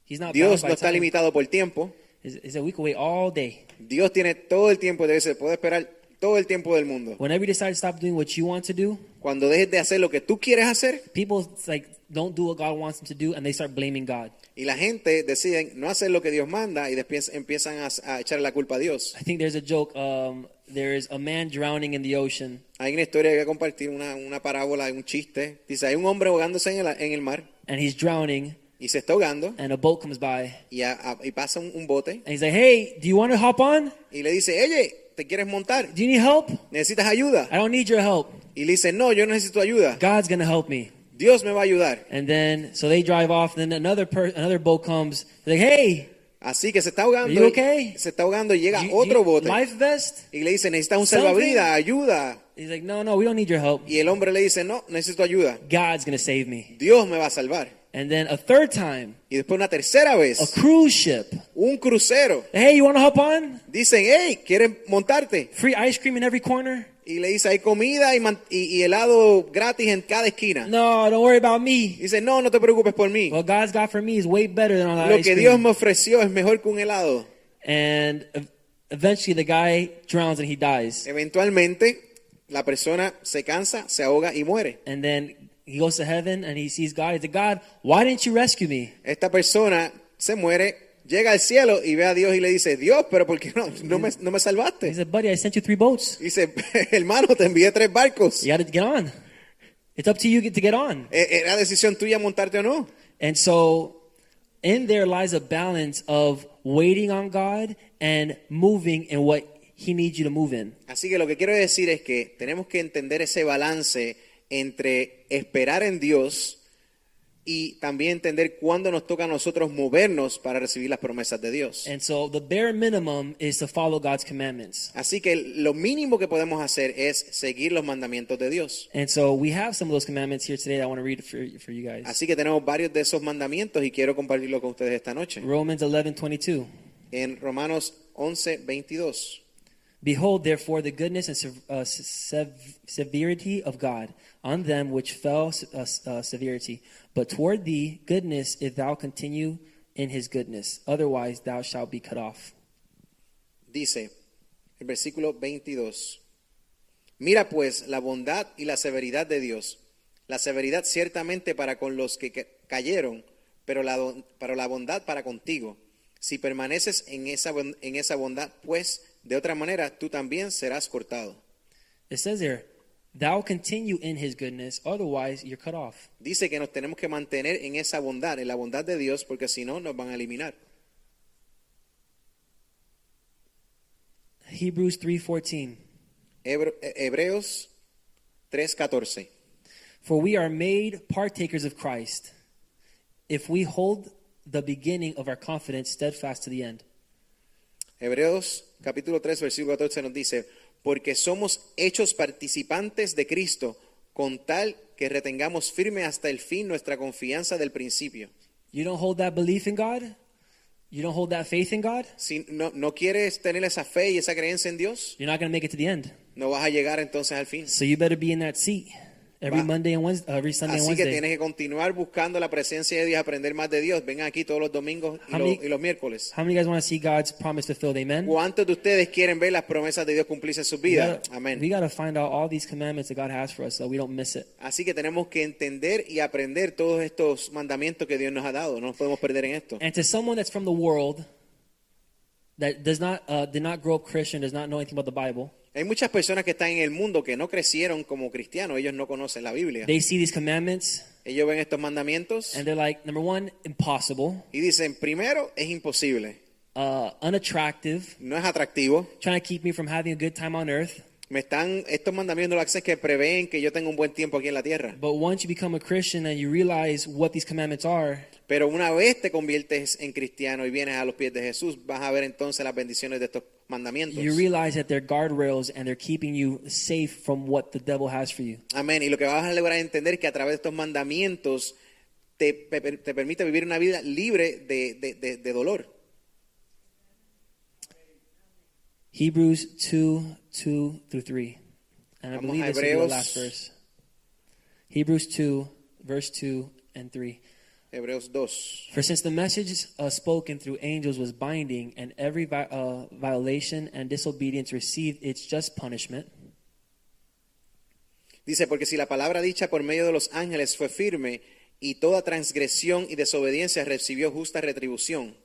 Speaker 2: He's not bound
Speaker 1: Dios
Speaker 2: by
Speaker 1: no está
Speaker 2: time.
Speaker 1: limitado por tiempo.
Speaker 2: Is is that we can wait all day.
Speaker 1: Dios tiene todo el tiempo, Dios se puede esperar todo el tiempo del mundo.
Speaker 2: Whenever you decide to stop doing what you want to do,
Speaker 1: Cuando dejes de hacer lo que tú quieres hacer
Speaker 2: people it's like don't do what God wants them to do, and they start blaming God.
Speaker 1: y la gente deciden no hacer lo que Dios manda y después empiezan a, a echar la culpa a Dios.
Speaker 2: I think there's a joke. Um, there is a man drowning in the ocean,
Speaker 1: Hay una historia que voy a compartir, una, una parábola, un chiste. Dice, hay un hombre ahogándose en el, en el mar
Speaker 2: and he's drowning,
Speaker 1: y se está ahogando
Speaker 2: and a boat comes by,
Speaker 1: y, a- a- y pasa un- un bote
Speaker 2: and he's like, "Hey, do you want to hop on?
Speaker 1: Y le dice, oye, ¿te quieres montar?
Speaker 2: Do you need help?
Speaker 1: ¿Necesitas ayuda?
Speaker 2: I don't need your help.
Speaker 1: Y le dice, no, yo no necesito ayuda.
Speaker 2: God's gonna help me."
Speaker 1: Dios me va a ayudar.
Speaker 2: And then so they drive off. And then another per- another boat comes. They're like, "Hey,
Speaker 1: Así que se está
Speaker 2: Are
Speaker 1: ahogando.
Speaker 2: you
Speaker 1: y-
Speaker 2: okay?
Speaker 1: Se está ahogando y llega
Speaker 2: you- you-
Speaker 1: otro bote.
Speaker 2: life vest?"
Speaker 1: Y le dice, necesitas un
Speaker 2: Something.
Speaker 1: salvavidas, ayuda.
Speaker 2: He's like, "No, no, we don't need your help.
Speaker 1: Y el hombre le dice, no, necesito ayuda.
Speaker 2: God's gonna save me."
Speaker 1: Dios me va a salvar.
Speaker 2: And then a third time,
Speaker 1: Y después una tercera
Speaker 2: a
Speaker 1: vez,
Speaker 2: cruise ship.
Speaker 1: un crucero.
Speaker 2: Hey, you want to hop on?
Speaker 1: Dicen, hey, ¿quieres montarte?
Speaker 2: Free ice cream in every corner?
Speaker 1: Y le dice, hay comida y, man- y- y helado gratis en cada esquina.
Speaker 2: No, don't worry about me.
Speaker 1: Dice, no, no te preocupes por mí.
Speaker 2: What God's got for me is way better than all that
Speaker 1: Lo
Speaker 2: ice
Speaker 1: que
Speaker 2: cream.
Speaker 1: Dios me ofreció es mejor que un helado.
Speaker 2: and ev- eventually the guy drowns and he dies.
Speaker 1: Eventualmente, la persona se cansa, se ahoga y muere.
Speaker 2: And then he goes to heaven and he sees God. He's like, God, why didn't you rescue me?
Speaker 1: Esta persona se muere, llega al cielo y ve a Dios y le dice, Dios, pero ¿por qué no, no, me, no me
Speaker 2: He
Speaker 1: salvaste?
Speaker 2: said, buddy, I sent you three boats.
Speaker 1: Dice, hermano, te envié tres barcos.
Speaker 2: You got to get on. It's up to you get- to get on.
Speaker 1: E- Era decisión tuya montarte o no.
Speaker 2: And so in there lies a balance of waiting on God and moving in what he needs you to move in.
Speaker 1: Así que lo que quiero decir es que tenemos que entender ese balance entre esperar en Dios y también entender cuándo nos toca a nosotros movernos para recibir las promesas de Dios.
Speaker 2: And so the bare minimum is to follow God's commandments.
Speaker 1: Así que lo mínimo que podemos hacer es seguir los mandamientos de Dios.
Speaker 2: And so we have some of those commandments here today that I want to read for, for you guys.
Speaker 1: Así que tenemos varios de esos mandamientos y quiero compartirlo con ustedes esta noche.
Speaker 2: Romans 11, 22.
Speaker 1: En Romanos 11, 22.
Speaker 2: Behold, therefore, the goodness and sev- uh, sev- severity of God on them which fell uh, uh, severity. But toward thee, goodness, if thou continue in his goodness. Otherwise, thou shalt be cut off.
Speaker 1: Dice, el versículo 22. Mira pues la bondad y la severidad de Dios. La severidad ciertamente para con los que ca- cayeron, pero la, don- pero la bondad para contigo. Si permaneces en esa, bon- en esa bondad, pues de otra manera tú también serás cortado.
Speaker 2: It says there, thou continue in his goodness. Otherwise, you're cut off.
Speaker 1: Dice que nos tenemos que mantener en esa bondad, en la bondad de Dios, porque si no nos van a eliminar.
Speaker 2: Hebrews 3:14.
Speaker 1: Hebr- eh, Hebreos 3:14.
Speaker 2: For we are made partakers of Christ if we hold the beginning of our confidence, steadfast to the end.
Speaker 1: Hebreos capítulo 3, versículo 14 nos dice, porque somos hechos participantes de Cristo con tal que retengamos firme hasta el fin nuestra confianza del principio.
Speaker 2: You don't hold that belief in God? You don't hold that faith in God?
Speaker 1: Si no, no quieres tener esa fe y esa creencia en Dios,
Speaker 2: You're not going to make it to the end.
Speaker 1: no vas a llegar entonces al fin.
Speaker 2: So you better be in that seat every
Speaker 1: Va.
Speaker 2: Monday and Wednesday, every Sunday and
Speaker 1: Así que
Speaker 2: Wednesday.
Speaker 1: tienes que continuar buscando la presencia de Dios, aprender más de Dios. Vengan aquí todos los domingos y,
Speaker 2: How
Speaker 1: los-
Speaker 2: many-
Speaker 1: y los miércoles.
Speaker 2: How many of you guys want to see God's promise fulfilled? Amen.
Speaker 1: ¿Cuántos de ustedes quieren ver las promesas de Dios cumplirse en sus vidas?
Speaker 2: We
Speaker 1: Amén.
Speaker 2: got to find out all these commandments that God has for us so we don't miss it.
Speaker 1: Así que tenemos que entender y aprender todos estos mandamientos que Dios nos ha dado. No nos podemos perder en esto.
Speaker 2: And to someone that's from the world that does not uh, did not grow up Christian, does not know anything about the Bible,
Speaker 1: Hay muchas personas que están en el mundo que no crecieron como cristianos. Ellos no conocen la Biblia.
Speaker 2: they see these commandments
Speaker 1: Ellos ven estos mandamientos
Speaker 2: and they're like, number one, impossible,
Speaker 1: y dicen, primero, es imposible.
Speaker 2: uh, unattractive,
Speaker 1: No es atractivo.
Speaker 2: trying to keep me from having a good time on earth.
Speaker 1: Me están, estos mandamientos lo hacen que prevén que yo tenga un buen tiempo aquí en la tierra.
Speaker 2: But once you become a Christian and you realize what these commandments are,
Speaker 1: Pero una vez te conviertes en cristiano y vienes a los pies de Jesús, vas a ver entonces las bendiciones de estos mandamientos.
Speaker 2: you realize that they're guardrails and they're keeping you safe from what the devil has for you.
Speaker 1: Amén. Y lo que vas a lograr entender es que a través de estos mandamientos te, pe- te permite vivir una vida libre de, de- de- de dolor.
Speaker 2: Hebrews 2 2 through 3. And I
Speaker 1: Vamos
Speaker 2: believe
Speaker 1: a
Speaker 2: this will be the
Speaker 1: Hebreos.
Speaker 2: last verse. Hebrews 2, verse 2 and 3.
Speaker 1: Hebreos 2.
Speaker 2: For since the message uh, spoken through angels was binding, and every vi- uh, violation and disobedience received its just punishment,
Speaker 1: Dice, porque si la palabra dicha por medio de los ángeles fue firme y toda transgresión y desobediencia recibió justa retribución.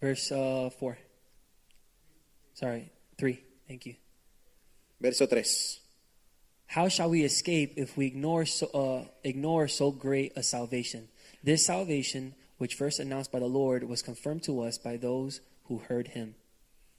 Speaker 2: verse uh, 4. Sorry, 3. Thank you.
Speaker 1: Verso 3.
Speaker 2: How shall we escape if we ignore so, uh, ignore so great a salvation? This salvation, which first announced by the Lord, was confirmed to us by those who heard him.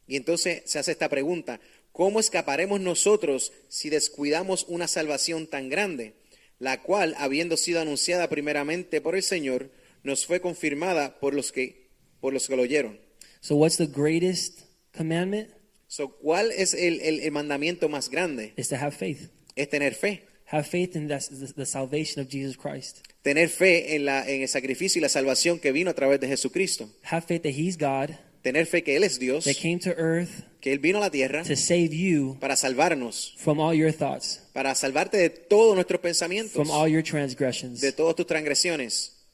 Speaker 1: Y entonces se hace esta pregunta, ¿cómo escaparemos nosotros si descuidamos una salvación tan grande, la cual, habiendo sido anunciada primeramente por el Señor, nos fue confirmada por los que, por los que lo oyeron?
Speaker 2: So, what's the greatest commandment?
Speaker 1: So, ¿Cuál es el, el- el mandamiento más grande?
Speaker 2: Is to have faith.
Speaker 1: Es tener fe.
Speaker 2: Have faith in the, the, the salvation of Jesus Christ.
Speaker 1: Tener fe en, la, en el sacrificio y la salvación que vino a través de Jesucristo.
Speaker 2: Have faith that He's God,
Speaker 1: Tener fe que Él es Dios,
Speaker 2: that came to earth
Speaker 1: que Él vino a la tierra
Speaker 2: to save you
Speaker 1: para salvarnos,
Speaker 2: from all your thoughts,
Speaker 1: para salvarte de todos nuestros pensamientos,
Speaker 2: from all your transgressions.
Speaker 1: de todas tus transgresiones.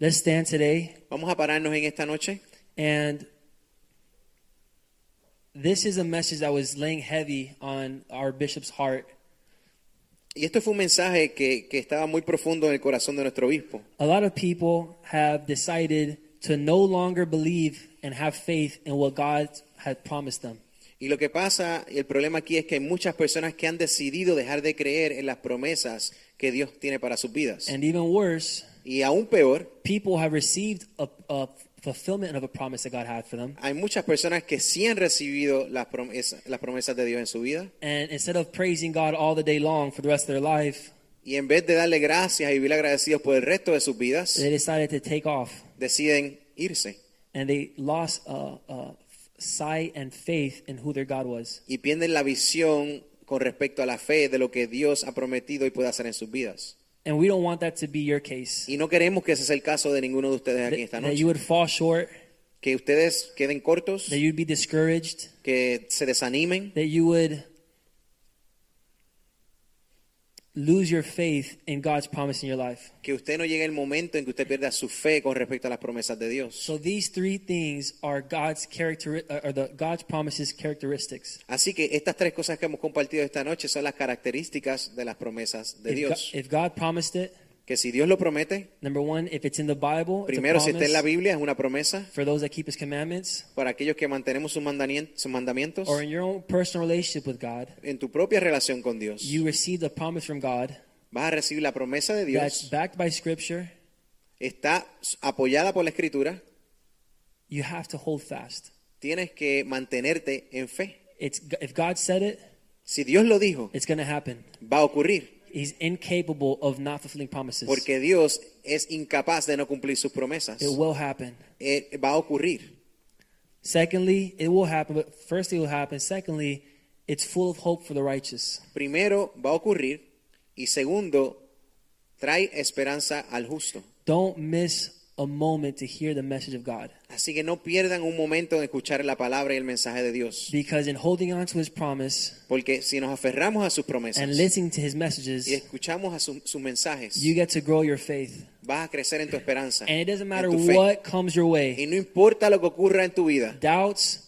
Speaker 2: Let's stand today,
Speaker 1: Vamos a pararnos en esta noche.
Speaker 2: and this is a message that was laying heavy on our bishop's heart.
Speaker 1: Y esto fue un mensaje que, que estaba muy profundo en el corazón de nuestro obispo.
Speaker 2: A lot of people have decided to no longer believe and have faith in what God had promised them.
Speaker 1: Y lo que pasa, y el problema aquí es que hay muchas personas que han decidido dejar de creer en las promesas que Dios tiene para sus vidas.
Speaker 2: And even worse,
Speaker 1: Y aún peor,
Speaker 2: people have received a, a fulfillment of a promise that God had for them.
Speaker 1: hay muchas personas que sí han recibido las promesas, las promesas de Dios en su vida.
Speaker 2: And instead of praising God all the day long for the rest of their life,
Speaker 1: Y en vez de darle gracias y vivir agradecidos por el resto de sus vidas,
Speaker 2: they decided to take off.
Speaker 1: deciden irse.
Speaker 2: And they lost uh, uh, sight and faith in who their God was.
Speaker 1: Y pierden la visión con respecto a la fe de lo que Dios ha prometido y puede hacer en sus vidas.
Speaker 2: And we don't want that to be your case.
Speaker 1: Y no queremos que ese sea el caso de ninguno de ustedes aquí
Speaker 2: That,
Speaker 1: esta
Speaker 2: that
Speaker 1: noche.
Speaker 2: you would fall short,
Speaker 1: que ustedes queden cortos,
Speaker 2: that you'd be discouraged,
Speaker 1: que se desanimen,
Speaker 2: that you would lose your faith in God's promise in your life.
Speaker 1: que usted no llegue el momento en que usted pierda su fe con respecto a las promesas de Dios.
Speaker 2: So these three things are God's character, uh, are the God's promises characteristics.
Speaker 1: Así que estas tres cosas que hemos compartido esta noche son las características de las promesas de
Speaker 2: If, Go-
Speaker 1: Dios.
Speaker 2: if God promised it,
Speaker 1: Que si Dios lo promete,
Speaker 2: number one, if it's in the Bible, it's a
Speaker 1: primero si está en la
Speaker 2: promise
Speaker 1: Biblia es una promesa
Speaker 2: for those that keep His commandments,
Speaker 1: para aquellos que mantenemos sus, mandanien- sus mandamientos
Speaker 2: or in your own personal relationship with God,
Speaker 1: en tu propia relación con Dios.
Speaker 2: you receive a promise from God
Speaker 1: Vas a recibir la promesa de
Speaker 2: that's
Speaker 1: Dios,
Speaker 2: backed by Scripture.
Speaker 1: está apoyada por la Escritura,
Speaker 2: You have to hold fast.
Speaker 1: tienes que mantenerte en fe.
Speaker 2: It's if God said it,
Speaker 1: Si Dios lo dijo,
Speaker 2: it's going to happen.
Speaker 1: va a ocurrir.
Speaker 2: He's incapable of not fulfilling promises.
Speaker 1: Porque Dios es incapaz de no cumplir sus promesas.
Speaker 2: it will happen.
Speaker 1: Eh, va a ocurrir.
Speaker 2: Secondly, it will happen, but first it will happen. Secondly, it's full of hope for the righteous.
Speaker 1: Primero, va a ocurrir. Y segundo, trae esperanza al justo.
Speaker 2: Don't miss a moment to hear the message of God.
Speaker 1: Así que no pierdan un momento en escuchar la palabra y el mensaje de Dios.
Speaker 2: Because in holding on to his promise
Speaker 1: Porque si nos aferramos a sus promesas
Speaker 2: and listening to his messages,
Speaker 1: y escuchamos a su- sus mensajes,
Speaker 2: you get to grow your faith.
Speaker 1: vas a crecer en tu esperanza.
Speaker 2: And it doesn't matter
Speaker 1: en tu fe.
Speaker 2: what comes your
Speaker 1: Y
Speaker 2: way
Speaker 1: no importa lo que ocurra en tu vida,
Speaker 2: doubts,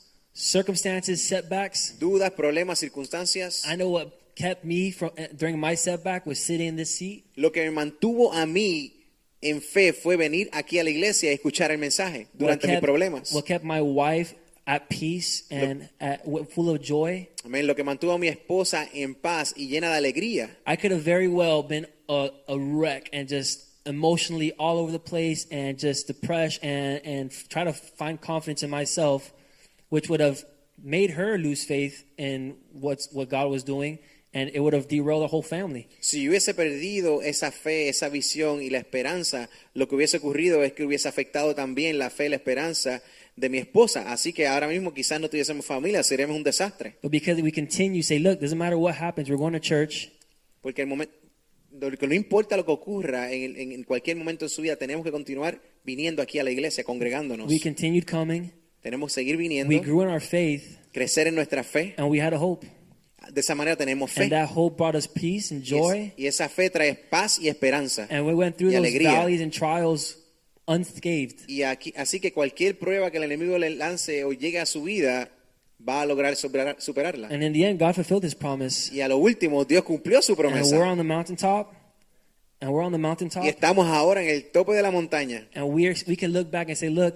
Speaker 2: circumstances, setbacks.
Speaker 1: dudas, problemas, circunstancias,
Speaker 2: I know what kept me from during my setback was sitting in this seat.
Speaker 1: lo que me mantuvo a mí en fe fue venir aquí a la iglesia y escuchar el mensaje durante mis problemas.
Speaker 2: what kept my wife at peace and at, w- full of joy.
Speaker 1: Amén. Lo que mantuvo a mi esposa en paz y llena de alegría.
Speaker 2: I could have very well been a, a wreck and just emotionally all over the place and just depressed and, and f- try to find confidence in myself, which would have made her lose faith in what's, what God was doing and it would have derailed the whole family.
Speaker 1: Si yo hubiese perdido esa fe, esa visión y la esperanza, lo que hubiese ocurrido es que hubiese afectado también la fe y la esperanza de mi esposa. Así que ahora mismo quizás no tuviésemos familia, seríamos un desastre.
Speaker 2: But because we continue, say, look, doesn't matter what happens, we're going to church.
Speaker 1: Porque el momento, no importa lo que ocurra en, el- en cualquier momento de su vida, tenemos que continuar viniendo aquí a la iglesia, congregándonos.
Speaker 2: We continued coming.
Speaker 1: tenemos que seguir
Speaker 2: We
Speaker 1: viniendo,
Speaker 2: grew in our faith
Speaker 1: crecer en nuestra fe.
Speaker 2: and we had a hope.
Speaker 1: De esa manera tenemos fe.
Speaker 2: And that hope brought us peace and
Speaker 1: Y es-
Speaker 2: joy.
Speaker 1: y esa fe trae paz y esperanza.
Speaker 2: And we went through
Speaker 1: y
Speaker 2: those
Speaker 1: alegría.
Speaker 2: valleys and trials unscathed.
Speaker 1: Y aquí, así que cualquier prueba que el enemigo le lance o llegue a su vida, va a lograr superar- superarla.
Speaker 2: And in the end, God fulfilled his promise.
Speaker 1: Y a lo último, Dios cumplió su
Speaker 2: And we're
Speaker 1: promesa.
Speaker 2: on the mountaintop. And we're on the mountaintop.
Speaker 1: Y estamos ahora en el tope de la montaña.
Speaker 2: And we, are, we can look back and say, look,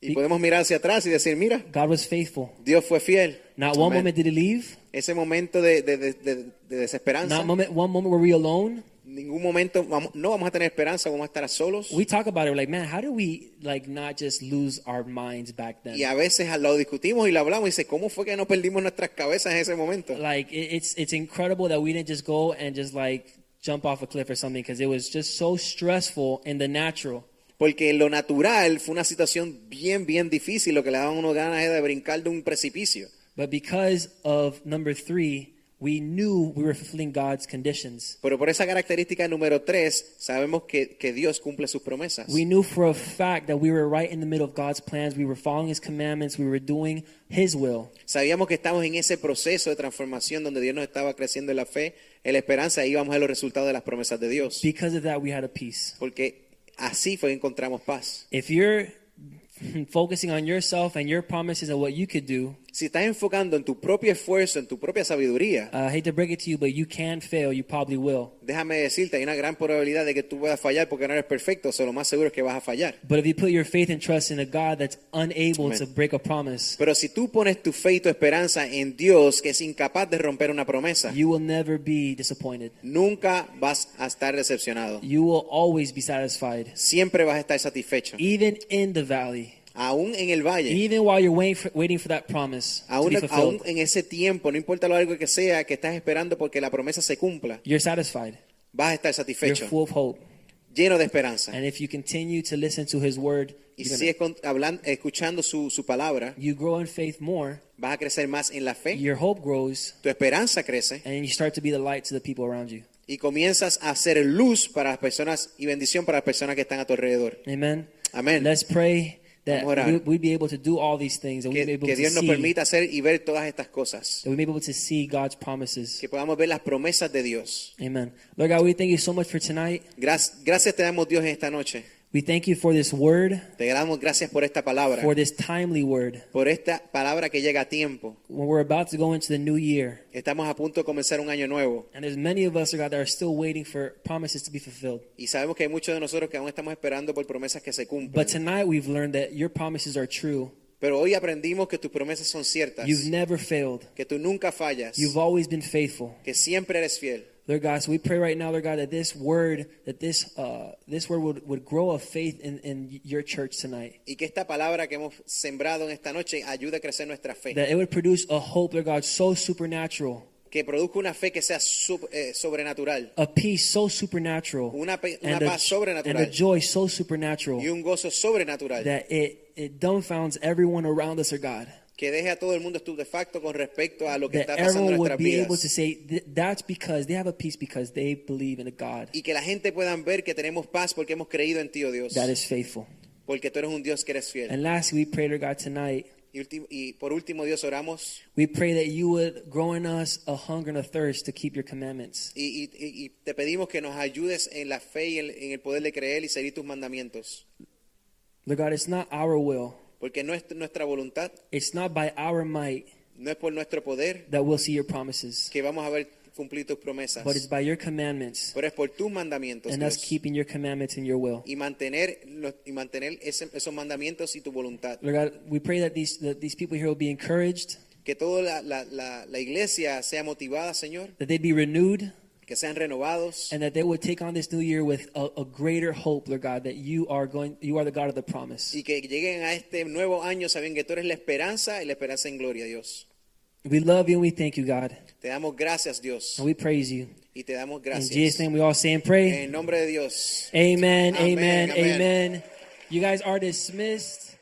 Speaker 1: Y podemos mirar hacia atrás y decir, mira,
Speaker 2: God was faithful.
Speaker 1: Dios fue fiel.
Speaker 2: Not one
Speaker 1: Amén.
Speaker 2: moment did he leave.
Speaker 1: Ese momento de, de- de- de- de desesperanza.
Speaker 2: Not moment, one moment were we alone.
Speaker 1: Ningún momento vamos- no vamos a tener esperanza, vamos a estar solos.
Speaker 2: We talk about it. We're like, man, how did we like not just lose our minds back then?
Speaker 1: Y a veces lo discutimos y lo hablamos y dice, ¿cómo fue que no perdimos nuestras cabezas en ese momento?
Speaker 2: Like it, it's it's incredible that we didn't just go and just like jump off a cliff or something because it was just so stressful in the natural.
Speaker 1: Porque en lo natural fue una situación bien, bien difícil. Lo que le daban unos ganas era de brincar de un precipicio.
Speaker 2: But because of number three, we knew we were fulfilling God's conditions.
Speaker 1: Pero por esa característica número tres, sabemos que, que Dios cumple sus promesas.
Speaker 2: We knew for a fact that we were right in the middle of God's plans. We were following His commandments. We were doing His will.
Speaker 1: Sabíamos que estamos en ese proceso de transformación donde Dios nos estaba creciendo en la fe, en la esperanza, y íbamos a los resultados de las promesas de Dios.
Speaker 2: Because of that, we had a peace.
Speaker 1: Porque así fue que encontramos paz.
Speaker 2: If you're focusing on yourself and your promises and what you could do,
Speaker 1: Si estás enfocando en tu propio esfuerzo, en tu propia sabiduría,
Speaker 2: uh, I hate to break it to you, but you can fail. You probably will.
Speaker 1: déjame decirte, hay una gran probabilidad de que tú puedas fallar porque no eres perfecto, o sea, lo más seguro es que vas a fallar.
Speaker 2: But if you put your faith and trust in a God that's unable
Speaker 1: Amen.
Speaker 2: to break a promise,
Speaker 1: Pero si tú pones tu fe y tu esperanza en Dios, que es incapaz de romper una promesa,
Speaker 2: you will never be disappointed.
Speaker 1: nunca vas a estar decepcionado.
Speaker 2: You will always be satisfied,
Speaker 1: Siempre vas a estar satisfecho.
Speaker 2: even in the valley.
Speaker 1: Aún en el valle,
Speaker 2: Even while you're waiting for, waiting for that promise to
Speaker 1: aún,
Speaker 2: be
Speaker 1: aún
Speaker 2: fulfilled,
Speaker 1: en ese tiempo, no importa lo largo que sea, que estás esperando porque la promesa se cumpla,
Speaker 2: you're satisfied.
Speaker 1: vas a estar
Speaker 2: You're
Speaker 1: satisfecho,
Speaker 2: full of hope.
Speaker 1: lleno de esperanza.
Speaker 2: And if you continue to listen to His word,
Speaker 1: Y
Speaker 2: you're
Speaker 1: sigues con- hablan- escuchando su, su palabra,
Speaker 2: gonna- you grow in faith more.
Speaker 1: vas a crecer más en la fe,
Speaker 2: Your hope grows,
Speaker 1: tu esperanza crece
Speaker 2: and you start to be the light to the people around you.
Speaker 1: y comienzas a hacer luz para las personas y bendición para las personas que están a tu alrededor.
Speaker 2: Amen.
Speaker 1: Amén.
Speaker 2: Let's pray that
Speaker 1: Vamos a orar.
Speaker 2: we, we'd be able to do all these things, and we'd be
Speaker 1: que,
Speaker 2: able
Speaker 1: que
Speaker 2: to
Speaker 1: Dios nos
Speaker 2: see
Speaker 1: permita hacer y ver todas estas cosas.
Speaker 2: that we'd be able to see God's promises.
Speaker 1: Que podamos ver las promesas de Dios.
Speaker 2: Amen. Lord God, we thank you so much for tonight.
Speaker 1: Gracias, gracias te damos Dios en esta noche.
Speaker 2: We thank you for this word,
Speaker 1: Te damos gracias por esta palabra.
Speaker 2: for this timely word.
Speaker 1: Por esta palabra que llega a tiempo.
Speaker 2: When we're about to go into the new year.
Speaker 1: Estamos a punto de comenzar un año nuevo.
Speaker 2: And there's many of us, oh God, that are still waiting for promises to be fulfilled.
Speaker 1: Y sabemos que hay muchos de nosotros que aún estamos esperando por promesas que se cumplen.
Speaker 2: But tonight we've learned that your promises are true.
Speaker 1: Pero hoy aprendimos que tus promesas son ciertas.
Speaker 2: You've never failed.
Speaker 1: Que tú nunca fallas.
Speaker 2: You've always been faithful.
Speaker 1: Que siempre eres fiel.
Speaker 2: Lord God, so we pray right now, Lord God, that this word, that this uh, this word would, would grow a faith in, in your church tonight.
Speaker 1: Y que esta palabra que hemos sembrado en esta noche ayude a crecer nuestra fe.
Speaker 2: That it would produce a hope, Lord God, so supernatural
Speaker 1: que produzca una fe que sea sup- eh, sobrenatural
Speaker 2: a peace so supernatural
Speaker 1: Una pe- una
Speaker 2: and, a,
Speaker 1: paz sobrenatural.
Speaker 2: and a joy so supernatural
Speaker 1: y un gozo sobrenatural
Speaker 2: that it, it dumbfounds everyone around us or God.
Speaker 1: que deje a todo el mundo estupefacto con respecto a lo que
Speaker 2: That
Speaker 1: está pasando en
Speaker 2: everyone would
Speaker 1: nuestras
Speaker 2: be able to
Speaker 1: vidas
Speaker 2: say, "Th- that's because they have a peace because they believe in a God
Speaker 1: y que la gente pueda ver que tenemos paz porque hemos creído en ti, oh Dios,
Speaker 2: that is faithful.
Speaker 1: porque tú eres un Dios que eres fiel.
Speaker 2: And lastly, we pray to God tonight.
Speaker 1: Y, ulti- y por último, Dios, oramos
Speaker 2: We pray that you would grow in us a hunger and a thirst to keep your commandments.
Speaker 1: y, y- y- y te pedimos que nos ayudes en la fe y en, en el poder de creer y seguir tus mandamientos,
Speaker 2: Lord God, it's not our will,
Speaker 1: porque no es nuestra voluntad,
Speaker 2: it's not by our might
Speaker 1: no es por nuestro poder
Speaker 2: that we'll see your promises,
Speaker 1: que vamos a ver cumplir tus promesas,
Speaker 2: but it's by your commandments
Speaker 1: pero es por tus mandamientos
Speaker 2: and us
Speaker 1: Dios.
Speaker 2: keeping your commandments and your will.
Speaker 1: y mantener, los- y mantener ese- esos mandamientos y tu voluntad.
Speaker 2: Lord God, we pray that these, that these people here will be encouraged,
Speaker 1: Que toda la, la- la- la iglesia sea motivada, Señor,
Speaker 2: that they be renewed,
Speaker 1: que sean renovados
Speaker 2: and that they would take on this new year with a, a greater hope, Lord God, that you are going, you are the God of the promise.
Speaker 1: y que lleguen a este nuevo año sabiendo que tú eres la esperanza y la esperanza en gloria, Dios.
Speaker 2: We love you and we thank you, God,
Speaker 1: Te damos gracias, Dios,
Speaker 2: and we praise you.
Speaker 1: y te damos
Speaker 2: In Jesus'
Speaker 1: gracias.
Speaker 2: name, we all say and pray.
Speaker 1: En el nombre de Dios.
Speaker 2: Amen,
Speaker 1: Amen,
Speaker 2: amen, amen.
Speaker 1: amen.
Speaker 2: You guys are dismissed.